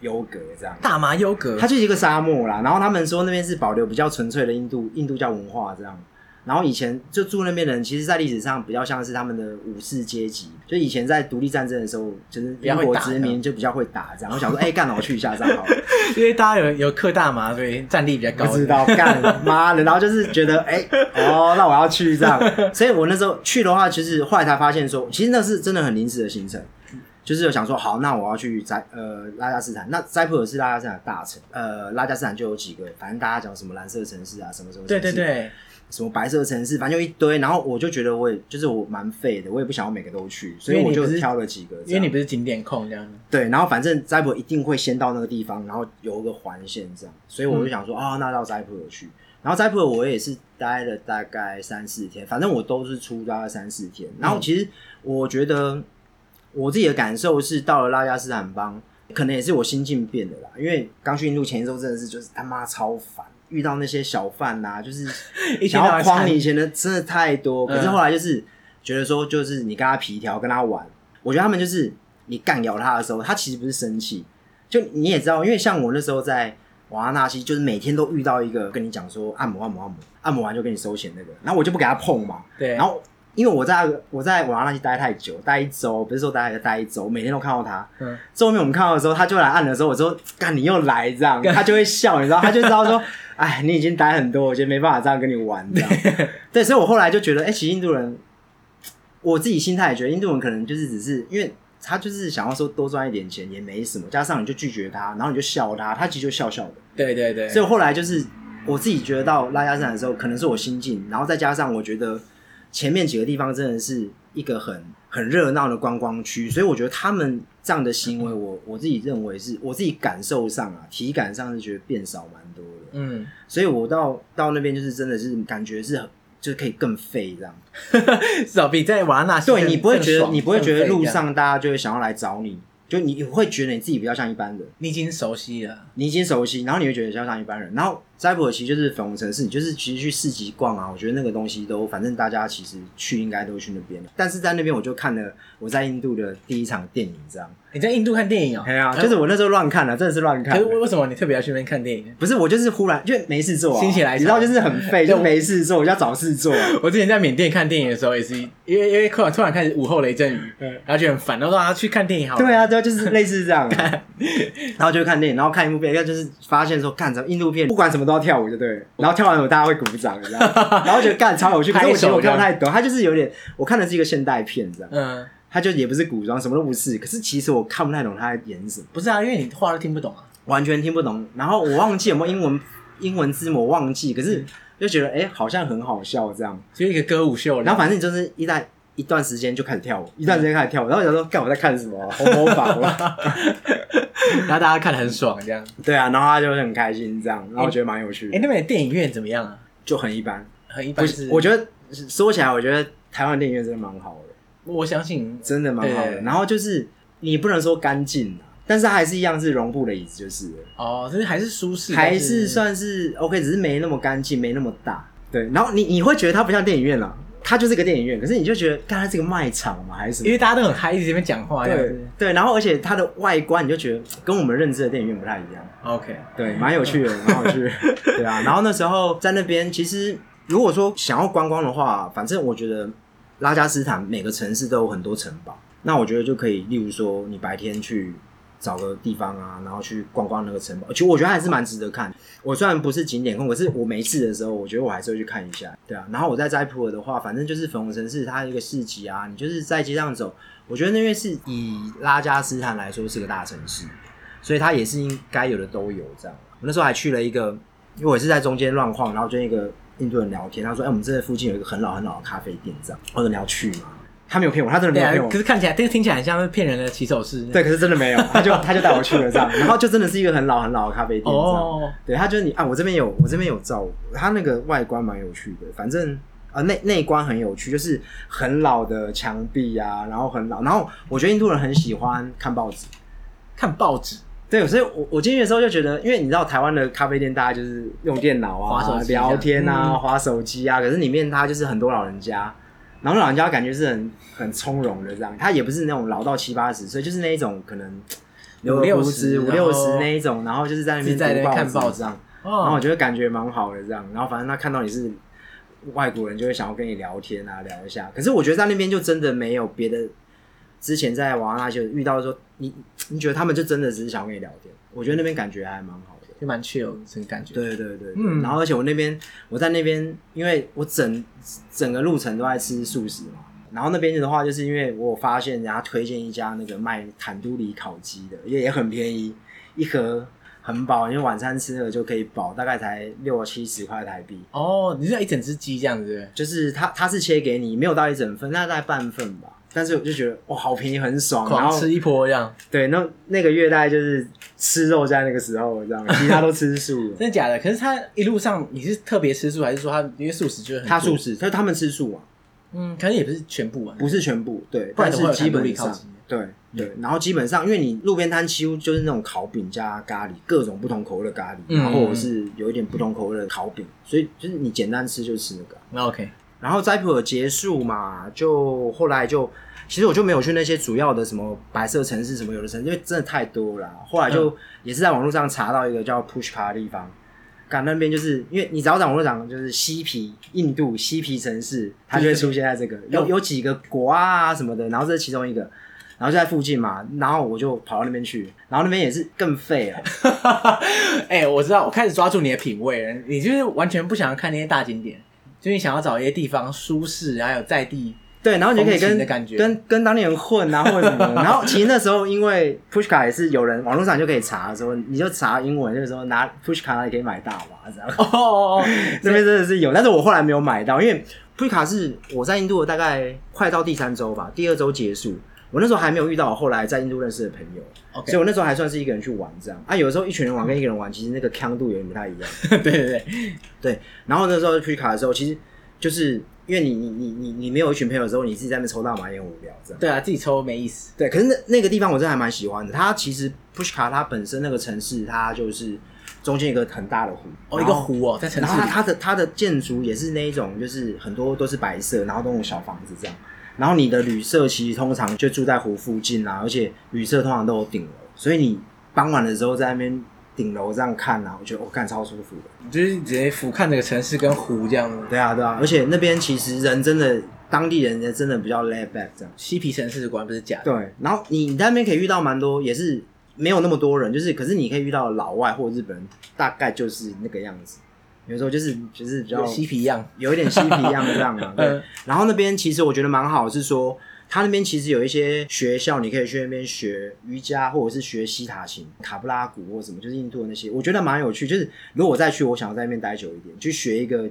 优格这样。
大麻优格
它，就是一个沙漠啦，然后他们说那边是保留比较纯粹的印度印度教文化这样。然后以前就住那边的人，其实，在历史上比较像是他们的武士阶级，就以前在独立战争的时候，就是
比较
英
会
国
打
殖
这
民
样
就比较会打这样。我想说，哎、干了，我去一下这样好了。
因为大家有有嗑大麻，所以战力比较高。
不
[LAUGHS]
知道干妈的，然后就是觉得哎、哦，那我要去
[LAUGHS]
这样，所以我那时候去的话，其实后来才发现说，其实那是真的很临时的行程，就是有想说好，那我要去摘呃拉加斯坦，那斋普尔是拉加斯坦的大城，呃拉加斯坦就有几个，反正大家讲什么蓝色城市啊，什么什么城
对
市
对对，
什么白色城市，反正就一堆，然后我就觉得我也就是我蛮废的，我也不想要每个都去，所以
因为
我
你
就
不是
挑了几个这样，
因为你不是景点控这样，
对，然后反正斋普尔一定会先到那个地方，然后有一个环线这样，所以我就想说，啊，那到斋普尔去。然后斋普尔我也是待了大概三四天，反正我都是出大概三四天。然后其实我觉得我自己的感受是，到了拉加斯坦邦，可能也是我心境变的啦，因为刚去印度前一周真的是就是他妈超烦。遇到那些小贩呐、就是
一天
想
到
要
晚
诓
缠
你以前的真的太多，可是
嗯
后来就是觉得说，就是你跟他皮条，跟他玩，我觉得他们就是你干咬他的时候，他其实不是生气，就你也知道，因为像我那时候在瓦拉纳西，就是每天都遇到一个跟你讲说按摩按摩按摩，按摩完就跟你收钱那个，然后我就不给他碰嘛，
对，
然后因为我在我在瓦拉纳西待太久，待一周，不是说待待一周，每天都看到他，
嗯，
最后面我们看到的时候，他就来按的时候，我说：“干，你又来这样。”他就会笑，你知道，他就知道说：“哎，你已经待很多，我觉得没办法这样跟你
[LAUGHS]
玩。”这样，对，所以我后来就觉得，哎、其实印度人，我自己心态也觉得，印度人可能就是只是因为他就是想要说多赚一点钱也没什么，加上你就拒绝他，然后你就笑他，他其实就笑笑的。
对对对，
所以后来就是我自己觉得到拉加斯坦的时候，可能是我心境，然后再加上我觉得前面几个地方真的是一个很很热闹的观光区，所以我觉得他们这样的行为我，我自己认为是我自己感受上啊，体感上是觉得变少蛮多的，
嗯，
所以我到到那边就是真的是感觉是很。就是可以更废这样，
至少比在瓦拉纳西
对
更
你不会觉
更
得
爽
你不会觉得
更
路
费这样
上大家就会想要来找你，就你会觉得你自己比较像一般人，
你已经熟悉了，
你已经熟悉，然后你会觉得像像一般人。然后斋普尔其实就是粉红城市，你就是其实去市集逛啊，我觉得那个东西都，反正大家其实去应该都去那边。但是在那边我就看了我在印度的第一场电影，这样。
你在印度看电影哦，
哎呀、就是我那时候乱看了、啊真的是乱
可
看
是。为为什么你特别要去那边看电影呢？
不是我就是忽然因为没事做、啊，
心血来潮
你知道就是很 [LAUGHS] 废，就没事做，我就要找事做、啊。
我之前在缅甸看电影的时候，也是因为因为突然突然开始午后雷阵雨，然后就很烦，然后说啊去看电影好了。
嗯对，啊，对啊，就是类似这样、啊。 [LAUGHS] 然后就看电影，然后看一部片，然后就是发现说，干什么印度片，不管什么都要跳舞，就对了。然后跳完舞大家会鼓掌，你知道吗？ [LAUGHS] 然后觉得干超有趣，可是我觉得我跳不太懂，它就是有点，我看的是一个现代片这样，
嗯，
它就也不是古装，什么都不是。可是其实我看不太懂他在演什么，
不是啊，因为你话都听不懂啊。
完全听不懂。然后我忘记有没有英文英文字母，我忘记，可是就觉得哎、诶好像很好笑这样。
就一个歌舞秀，
然后反正你就是一旦一段时间就开始跳舞，一段时间开始跳舞，然后我想说，干我在看什么啊？红魔法吗？
然后大家看得很爽，这样。
对啊，然后他就很开心这样，然后我觉得蛮有趣
哎、
的，
那边的电影院怎么样啊？
就很一般。
很一
不
般
是
是，，
我
得
觉得说起来，我觉得台湾电影院真的蛮好的，
我相信
真的蛮好的。
对
然后就是你不能说干净啊，但是它还是一样是绒布的椅子，就是了
哦，就是还是舒适，
还
但
是算是 OK，只是没那么干净，没那么大。对，然后你你会觉得它不像电影院了，它就是个电影院，可是你就觉得，刚才这个卖场嘛，还是什
因
么？
为大家都很嗨，一直在那边讲话，这样
对
子。
对，然后而且它的外观你就觉得跟我们认知的电影院不太一样。
OK，
对，蛮有趣的，蛮有趣的，对啊。然后那时候在那边，其实如果说想要观光的话，反正我觉得拉加斯坦每个城市都有很多城堡，那我觉得就可以，例如说你白天去找个地方啊，然后去逛逛那个城堡，其实我觉得还是蛮值得看。我虽然不是景点控，可是我没事的时候，我觉得我还是会去看一下，对啊。然后我在斋普尔的话，反正就是粉红城市它一个市集啊，你就是在街上走，我觉得那边是以拉加斯坦来说是个大城市，所以它也是应该有的都有这样。我那时候还去了一个，因为我也是在中间乱晃，然后就一个印度人聊天，他说：“哎、我们这附近有一个很老很老的咖啡店，这样。”哦我说：“你要去吗？”他没有骗我，他真的
对
没有
啊
骗，我
可。是看起来，这个听起来很像是骗人的起手式。
对，可是真的没有，他就他就带我去了这样，然后就真的是一个很老很老的咖啡店这样。
哦，
对，他就是你啊，我这边有我这边有照，他那个外观蛮有趣的，反正啊内内观很有趣，就是很老的墙壁啊，然后很老，然后我觉得印度人很喜欢看报纸。
看报纸，
对，所以我我进去的时候就觉得，因为你知道台湾的咖啡店，大家就是用电脑
滑
啊
手、机这样
聊天啊、
嗯
划手机啊，可是里面他就是很多老人家，然后老人家感觉是很很从容的这样，他也不是那种老到七八十岁，就是那一种可能留
五
个
六
胡
十
子五
然
六
后
十那一种，然后就是在那边
自在那边看
读
报
报
纸
纸这样。然后我
哦，
觉得感觉蛮好的这样，然后反正他看到你是外国人，就会想要跟你聊天啊，聊一下。可是我觉得在那边就真的没有别的，之前在瓦那就遇到说你你觉得他们就真的只是想要跟你聊天，我觉得那边感觉还蛮好的。
就蛮 chill 这个感觉。
对对对，
嗯
嗯，然后而且我那边我在那边，因为我整整个路程都在吃素食嘛，然后那边的话，就是因为我有发现人家推荐一家那个卖坦都里烤鸡的，也也很便宜，一盒很饱，因为晚餐吃了就可以饱，大概才六七十块台币。
哦，你是要一整只鸡这样子，对不对
就是它它是切给你，没有到一整份，那大概半份吧。但是我就觉得哇，好便宜，很爽。然
狂
后
吃一波这样，
对，那那个月大概就是吃肉在那个时候，这样，其他都吃素
[LAUGHS]
了。
真的假的？可是他一路上你是特别吃素，还是说他因为素食就是很
他
多
素，食，他他们吃素啊。
嗯，可能也不是全部啊。
不是全部，对，
不然
但
怎么会有
是基
坦
本
克力靠
上
近，嗯
对对。然后基本上，因为你路边摊几乎就是那种烤饼加咖喱，各种不同口味的咖喱，
嗯
然后我是有一点不同口味的烤饼，所以就是你简单吃就吃那个。
那 OK，
然后斋普尔结束嘛，就后来就其实我就没有去那些主要的什么白色城市什么有的城市，因为真的太多了啊。后来就也是在网络上查到一个叫 Pushpa 的地方，赶那边就是因为你只要在网络上就是嬉皮印度嬉皮城市，它就会出现在这个有有几个国啊什么的，然后这是其中一个。然后就在附近嘛，然后我就跑到那边去，然后那边也是更废啊了，
[LAUGHS] 哎、我知道，我开始抓住你的品味了。你就是完全不想要看那些大景点，就是你想要找一些地方舒适，还有在地。 [LAUGHS]
对，然后你就可以
风情
跟
的感觉
跟跟当地人混啊，或者什么的。然后其实那时候因为 Pushka 也是有人网络上就可以查说，你就查英文，就是说拿 Pushka 哪里可以买大麻这样。
哦哦哦，
那边真的是有，但是我后来没有买到，因为 Pushka 是我在印度的大概快到第三周吧，第二周结束。我那时候还没有遇到我后来在印度认识的朋友
OK
所以我那时候还算是一个人去玩这样。啊，有时候一群人玩跟一个人玩，其实那个强度有点不太一样。
对对对，
对，然后那时候去卡的时候，其实就是因为你你你你你没有一群朋友的时候，你自己在那边抽大麻也很无聊，这样。
对啊，自己抽没意思。
对，可是那那个地方我真的还蛮喜欢的。它其实 Pushka 它本身那个城市，它就是中间有一个很大的湖，
哦，一
然
个
后。
湖哦，在城
然
市
后它
里。
它的它的建筑也是那一种，就是很多都是白色，然后都那种小房子这样。然后你的旅社其实通常就住在湖附近啊，而且旅社通常都有顶楼，所以你傍晚的时候在那边顶楼这样看啊，我觉得我看、超舒服的。
就是直接俯瞰这个城市跟湖这样子。
对啊，对啊，而且那边其实人真的，当地人也真的比较 laid back 这样。
嬉皮城市果然不是假的。
对，然后你你在那边可以遇到蛮多，也是没有那么多人，就是可是你可以遇到老外或日本人，大概就是那个样子。有时候就是就是比较
跟嬉皮一样，
有一点嬉皮样这样啊。对
嗯，
然后那边其实我觉得蛮好，是说他那边其实有一些学校，你可以去那边学瑜伽，或者是学西塔琴、卡布拉鼓或什么，就是印度的那些，我觉得蛮有趣。就是如果我再去，我想要在那边待久一点，去学一个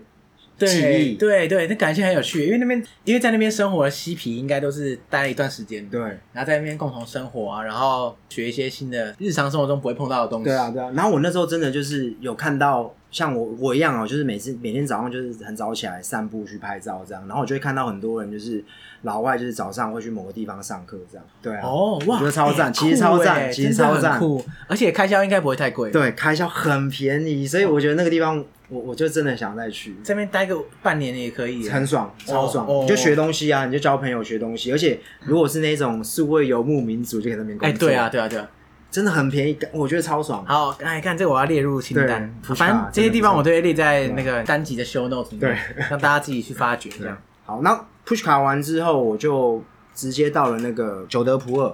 记
对
忆。
对对，那感觉很有趣，因为那边因为在那边生活的嬉皮应该都是待了一段时间，，
对。
然后在那边共同生活啊，然后学一些新的日常生活中不会碰到的东西，
对啊，，对啊。然后我那时候真的就是有看到像我我一样哦、就是每次每天早上就是很早起来散步去拍照这样，然后我就会看到很多人就是老外就是早上会去某个地方上课这样。对啊，
哦哇，
我觉得超赞
欸
其实超赞
酷欸
其实
真的
超赞
很酷，而且开销应该不会太贵，，
对，开销很便宜，
哦
所以我觉得那个地方我我就真的想再去。
这边待个半年也可以，
很爽，超爽！
哦哦
你就学东西啊，你就交朋友学东西，而且如果是那种素未游牧民族，就可以在那边工
哎，
作。
对啊，，对啊，对啊，
真的很便宜，我觉得超爽。
好，哎，看这个我要列入清单，
对
反正这些地方我都会列在
真
那
的
个单集的 show notes 里面
对
让大家自己去发掘，这样，
好，那 push 卡完之后，我就直接到了那个久德普尔，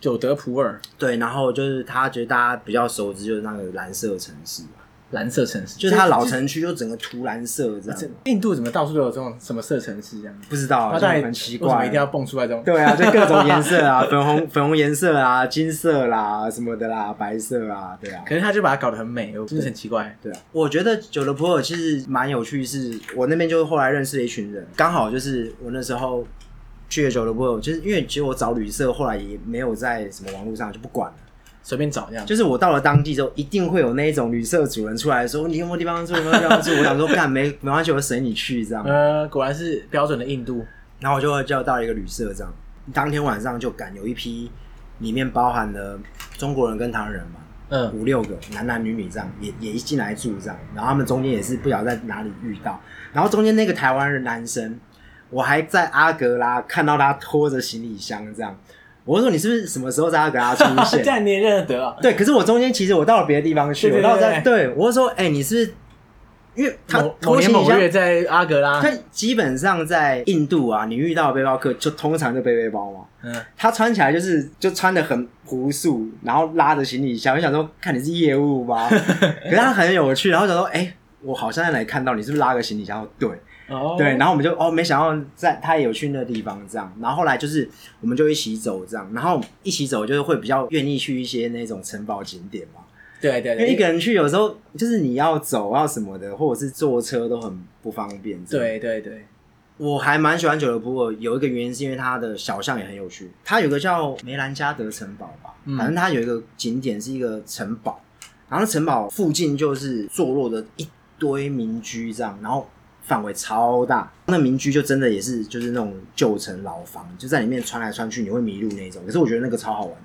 久德普洱，
对，然后就是他觉得大家比较熟知就是那个蓝色城市嘛，
蓝色城市，
就是它老城区就整个涂蓝色这样
这。印度怎么到处都有这种什么色城市这样？
不知道啊，
它
就
到底
很奇
为什么
怪。
一定要蹦出来这种？[LAUGHS]
对啊，就各种颜色啊，粉红粉红颜色啊，金色啦什么的啦，白色啊，对啊。
可是他就把它搞得很美，我真的很奇怪。
对啊，我觉得久德普尔其实蛮有趣是，我那边就后来认识了一群人，刚好就是我那时候去了久德普尔，就是因为其实我找旅社后来也没有在什么网络上就不管了，
随便找这样，
就是我到了当地之后，一定会有那一种旅社主人出来说你有没有地方住，有没有地方住，我想说干没没关系，我随你去这样，
呃，果然是标准的印度，
然后我就会叫到一个旅社这样，当天晚上就赶有一批，里面包含了中国人跟唐人嘛，
嗯，
五六个男男女女这样，也也一进来住这样，然后他们中间也是不晓得在哪里遇到，然后中间那个台湾人男生，我还在阿格拉看到他拖着行李箱这样，我就说你是不是什么时候在阿格拉出
[LAUGHS]
现
这？样你也认得得啊？
对，可是我中间其实我到了别的地方去，
对对
我到在对我就说，哎、你是不是因为他
某某
拖
年
行李
某
箱
月在阿格拉，
他基本上在印度啊，你遇到的背包客就通常就背背包嘛。
嗯，
他穿起来就是就穿的很朴素，然后拉着行李箱，我想说看你是业务
[LAUGHS]
吗？可是他很有趣，然后想说，哎、我好像在哪里看到你，是不是拉个行李箱？对、
哦，
对，然后我们就哦，没想到在他也有去那个地方这样，然后后来就是我们就一起走这样，然后一起走就是会比较愿意去一些那种城堡景点嘛。
对对
因为
对，
一个人去有时候就是你要走要什么的，或者是坐车都很不方便。这样
对对对，
我还蛮喜欢久乐部尔，有一个原因是因为它的小巷也很有趣。它有个叫梅兰加德城堡吧，
嗯
反正它有一个景点是一个城堡，然后那城堡附近就是坐落着一堆民居这样，然后范围超大。那民居就真的也是就是那种旧城老房，就在里面穿来穿去，你会迷路那种。可是我觉得那个超好玩的。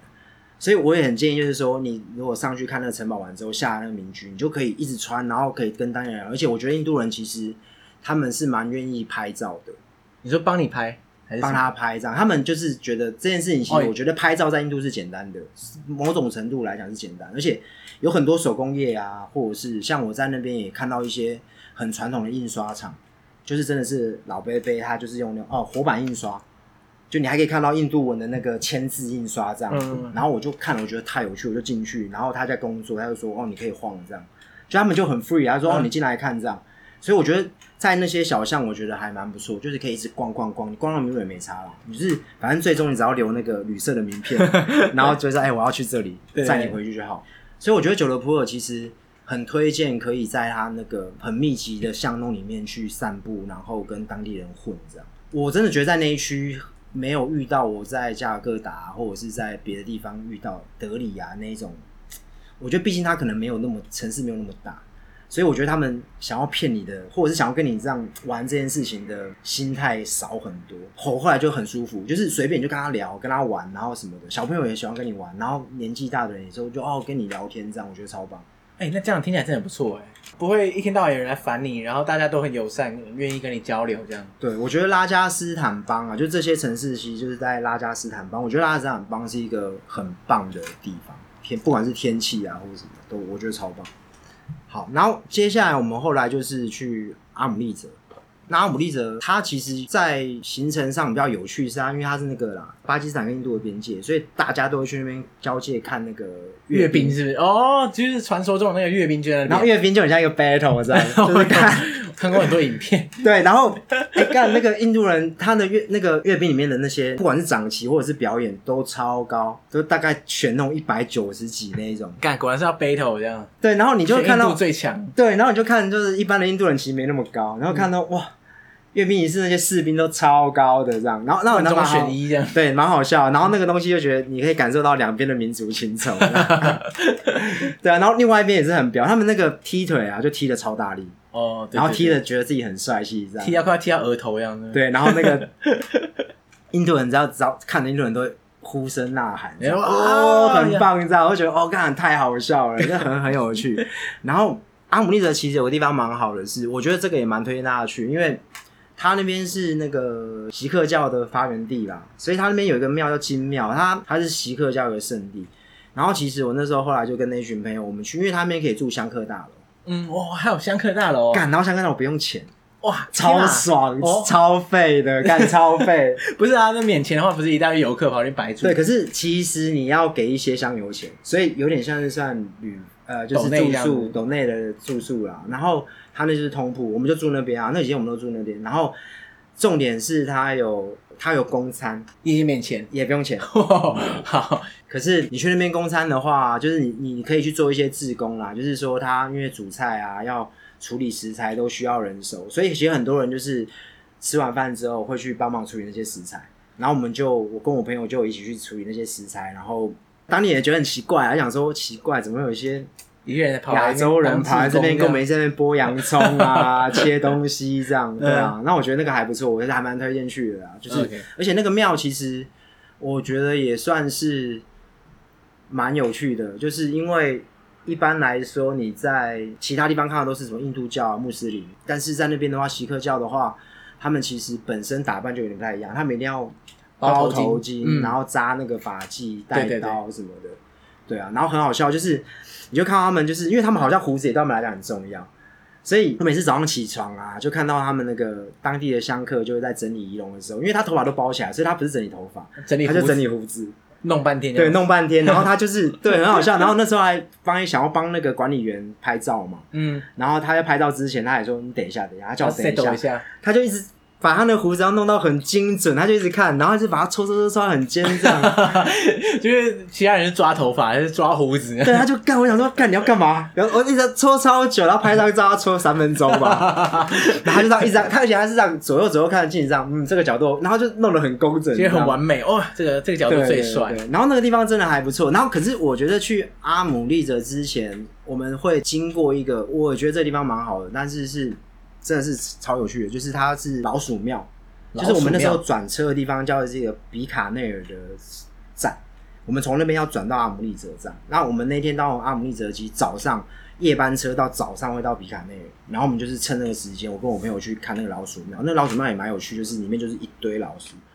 所以我也很建议，就是说，你如果上去看那个城堡完之后，下那个民居，你就可以一直穿，然后可以跟当地人聊。而且我觉得印度人其实他们是蛮愿意拍照的，
你说帮你拍还是什
帮
么？
他拍照。他们就是觉得这件事情，其实
哦
我觉得拍照在印度是简单的，某种程度来讲是简单，而且有很多手工业啊，或者是像我在那边也看到一些很传统的印刷厂，就是真的是老贝贝，他就是用那种哦活版印刷。就你还可以看到印度文的那个签字印刷这样，
嗯
然后我就看了，我觉得太有趣，我就进去，然后他在工作，他就说哦你可以晃这样，就他们就很 free，他说、哦
嗯
你进来看这样，所以我觉得在那些小巷，我觉得还蛮不错，就是可以一直逛逛逛，你逛到名远没差啦。你就是反正最终你只要留那个旅社的名片，然后就说哎、我要去这里，
对
载你回去就好。所以我觉得久乐普尔其实很推荐，可以在它那个很密集的巷弄里面去散步，然后跟当地人混这样。我真的觉得在那一区没有遇到我在加尔各答或者是在别的地方遇到德里啊那一种，我觉得毕竟它可能没有那么城市没有那么大，所以我觉得他们想要骗你的，或者是想要跟你这样玩这件事情的心态少很多。后后来就很舒服，就是随便你就跟他聊，跟他玩，然后什么的。小朋友也喜欢跟你玩，然后年纪大的人有时候就哦跟你聊天，这样我觉得超棒。
哎，那这样听起来真的不错哎，不会一天到晚有人来烦你，然后大家都很友善，愿意跟你交流这样。
对，我觉得拉加斯坦邦啊，就这些城市其实就是在拉加斯坦邦。我觉得拉加斯坦邦是一个很棒的地方，天不管是天气啊或者什么，都我觉得超棒。好，然后接下来我们后来就是去阿姆利泽。那阿姆利泽它其实，在行程上比较有趣，是它啊因为它是那个啦，巴基斯坦跟印度的边界，所以大家都会去那边交界看那个
阅兵。是不是？哦，就是传说中的那个阅兵就在那
然后
边。
阅兵就很像一个 battle，这样，
我 [LAUGHS]
就是看
看过很多影片，
[LAUGHS] 对，然后哎，干、那个印度人，他的阅那个阅兵里面的那些，不管是掌旗或者是表演，都超高，都大概选那种一百九十几那一种。
[LAUGHS] 干果然是要 battle 这样，
对，然后你就会看
印
到
度，最嗯强，
对，然后你就看，就是一般的印度人其实没那么高，然后看到、哇，阅兵仪式那些士兵都超高的这样，然后那我
万
那
中
蛮好
选一这样。
对，蛮好笑。然后那个东西就觉得你可以感受到两边的民族情仇。 [LAUGHS] 对啊，然后另外一边也是很彪，他们那个踢腿啊，就踢的超大力，
哦，对
然后踢
对
的觉得自己很帅气，这
对
样
踢到快要踢到额头一样。，
对，然后
[LAUGHS]
那个印度人只要只要看着印度人都会呼声呐喊，
哎呦
哦，
哎呀
很棒，你知道？我就觉得哦，干太好笑了，这很很
[LAUGHS]
有趣。然后阿姆利则其实有个地方蛮好的是，我觉得这个也蛮推荐大家去，因为。他那边是那个锡克教的发源地啦，所以他那边有一个庙叫金庙，它它是锡克教的圣地。然后其实我那时候后来就跟那群朋友我们去，因为他那边可以住香客大楼，
嗯，哇，还有香客大楼，
干，然后香客大楼不用钱，
哇，天
超
哪！
爽
哦，
超废的，干超废。
不是啊，那免钱的话，不是一大堆游客跑去白住？
对，可是其实你要给一些香油钱，所以有点像是算旅呃，就
抖
是
内
住
这样
宿
子
岛内的住宿啦。然后他那就是通铺，我们就住那边啊。那以前我们都住那边。然后重点是他有他有公餐，
也免钱。
也不用
[LAUGHS]
钱。
好，
可是你去那边公餐的话，就是你你可以去做一些自工啦，就是说他因为煮菜啊，要处理食材都需要人手，所以其实很多人就是吃完饭之后会去帮忙处理那些食材。然后我们就我跟我朋友就一起去处理那些食材，然后当地也觉得很奇怪，还想说奇怪怎么会有一些
一个人跑来
亚洲人跑来这边跟我
当
们
志
这边剥洋葱啊、切东西这样，对啊。那我觉得那个还不错，我是还蛮推荐去的啦。就是
嗯 OK
而且那个庙其实我觉得也算是蛮有趣的，就是因为一般来说你在其他地方看到都是什么印度教、啊、穆斯林，但是在那边的话，锡克教的话，他们其实本身打扮就有点不太一样，他们一定要
包
包
头巾
头巾，
嗯
然后扎那个发髻、
对
带
对对
刀什么的。对啊，然后很好笑，就是你就看到他们，就是因为他们好像胡子也对他们来讲很重要，所以我每次早上起床啊，就看到他们那个当地的香客就会在整理仪容的时候，因为他头发都包起来，所以他不是整理头发，
工整理
他就
胡子
整理胡子，
弄半天这
对，
样，
弄半天，然后他就是对，很好笑。然后那时候还帮想要帮那个管理员拍照嘛，
嗯，
然后他在拍照之前，他还说你等一下，等一下，他叫我等
再
一
抖
下
哎一，下，
他就一直把他的胡子要弄到很精准，他就一直看，然后就把它搓搓搓搓到很尖这样。
[LAUGHS] 就是其他人是抓头发还是抓胡子？
对，他就干，我想说干你要干嘛？然后我一直搓超久，然后拍张照要搓三分钟吧，
[LAUGHS]
然后他就这样一直这样，他而且他是这样左右左右看镜子上，嗯，这个角度，然后就弄得很工整，
其实很完
美，
美哇，这个这个角度
对
最帅
对。对然后那个地方真的还不错，然后可是我觉得去阿姆利泽之前，我们会经过一个，我觉得这地方蛮好的，但是是真的是超有趣的，就是它是老鼠庙，就是我们那时候
老鼠
转车的地方叫这个比卡内尔的站，我们从那边要转到阿姆利泽站。那我们那天到阿姆利泽机，早上夜班车到早上会到比卡内尔，然后我们就是趁那个时间，我跟我朋友去看那个老鼠庙。那老鼠庙也蛮有趣，就是里面就是一堆老鼠，
庙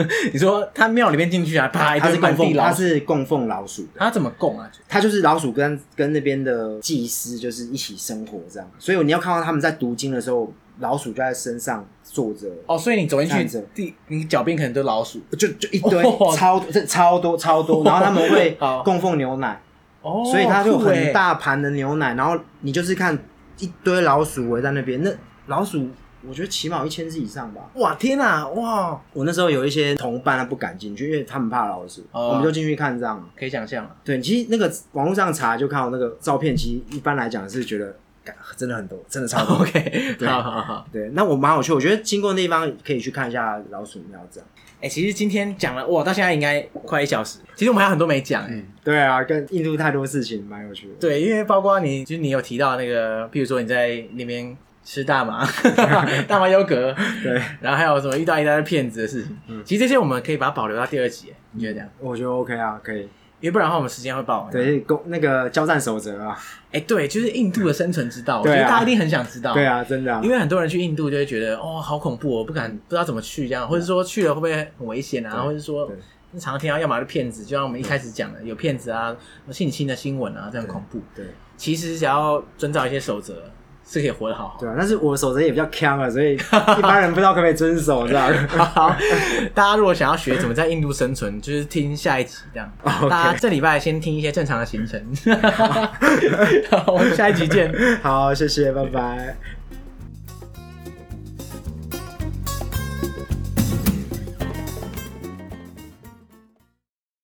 [LAUGHS] 你说他庙里面进去啊，啪一
它
堆
是供
满地
奉，
老
它
鼠，
是供奉老鼠的。
他怎么供啊？
它就是老鼠跟跟那边的祭司就是一起生活这样，所以你要看到他们在读经的时候，老鼠就在身上坐着
哦，所以你走进
看着
去，地你脚边可能都老鼠
就就一堆、
哦
超这超多超多，然后他们会
好
供奉牛奶，
哦，
所以它就
酷欸
很。大盘的牛奶，然后你就是看一堆老鼠围在那边，那老鼠我觉得起码有一千只以上吧。
哇天哪，哇，
我那时候有一些同伴他不敢进去，因为他们怕老鼠，
哦
我们就进去看这样。
可以想象啊，
对，其实那个网络上查就看到那个照片，其实一般来讲是觉得干真的很多，真的
[LAUGHS]
超多。
[LAUGHS] OK，
对
好好好。
对，那我蛮有趣，我觉得经过那地方可以去看一下老鼠庙这样。
哎、其实今天讲了哇，到现在应该快一小时。其实我们还有很多没讲哎、
对啊，跟印度太多事情蛮有趣的。
对，因为包括你，就是你有提到那个，譬如说你在那边吃大
[LAUGHS]
麻、大麻优格，
对，嗯
然后还有什么遇到一大堆骗子的事情。其实这些我们可以把它保留到第二集、哎你觉得这样？
我觉得 OK 啊，可以。
因为不然的话，我们时间会爆完。，
对，公那个交战守则啊，
哎、对，就是印度的生存之道，我觉
对啊
得大家一定很想知道。
对。啊，真的啊
哦因，为很多人去印度就会觉得哦，好恐怖、哦，不敢不知道怎么去这样，或者说去了会不会很危险啊，
对
或者说
对
常常听到要么是骗子，就像我们一开始讲的有骗子啊、性侵的新闻啊，这样恐怖。
对
其实只要遵照一些守则，是可以活得好好的。
对啊，但是我守则也比较强啊，所以一般人不知道可不可以遵守这样。 [LAUGHS]
好， [LAUGHS] 大家如果想要学怎么在印度生存，就是听下一集这
[LAUGHS]
样。
哦 OK
大家这礼拜先听一些 [LAUGHS] 正常的行程，好，我们下一集见。
好，谢谢，拜拜。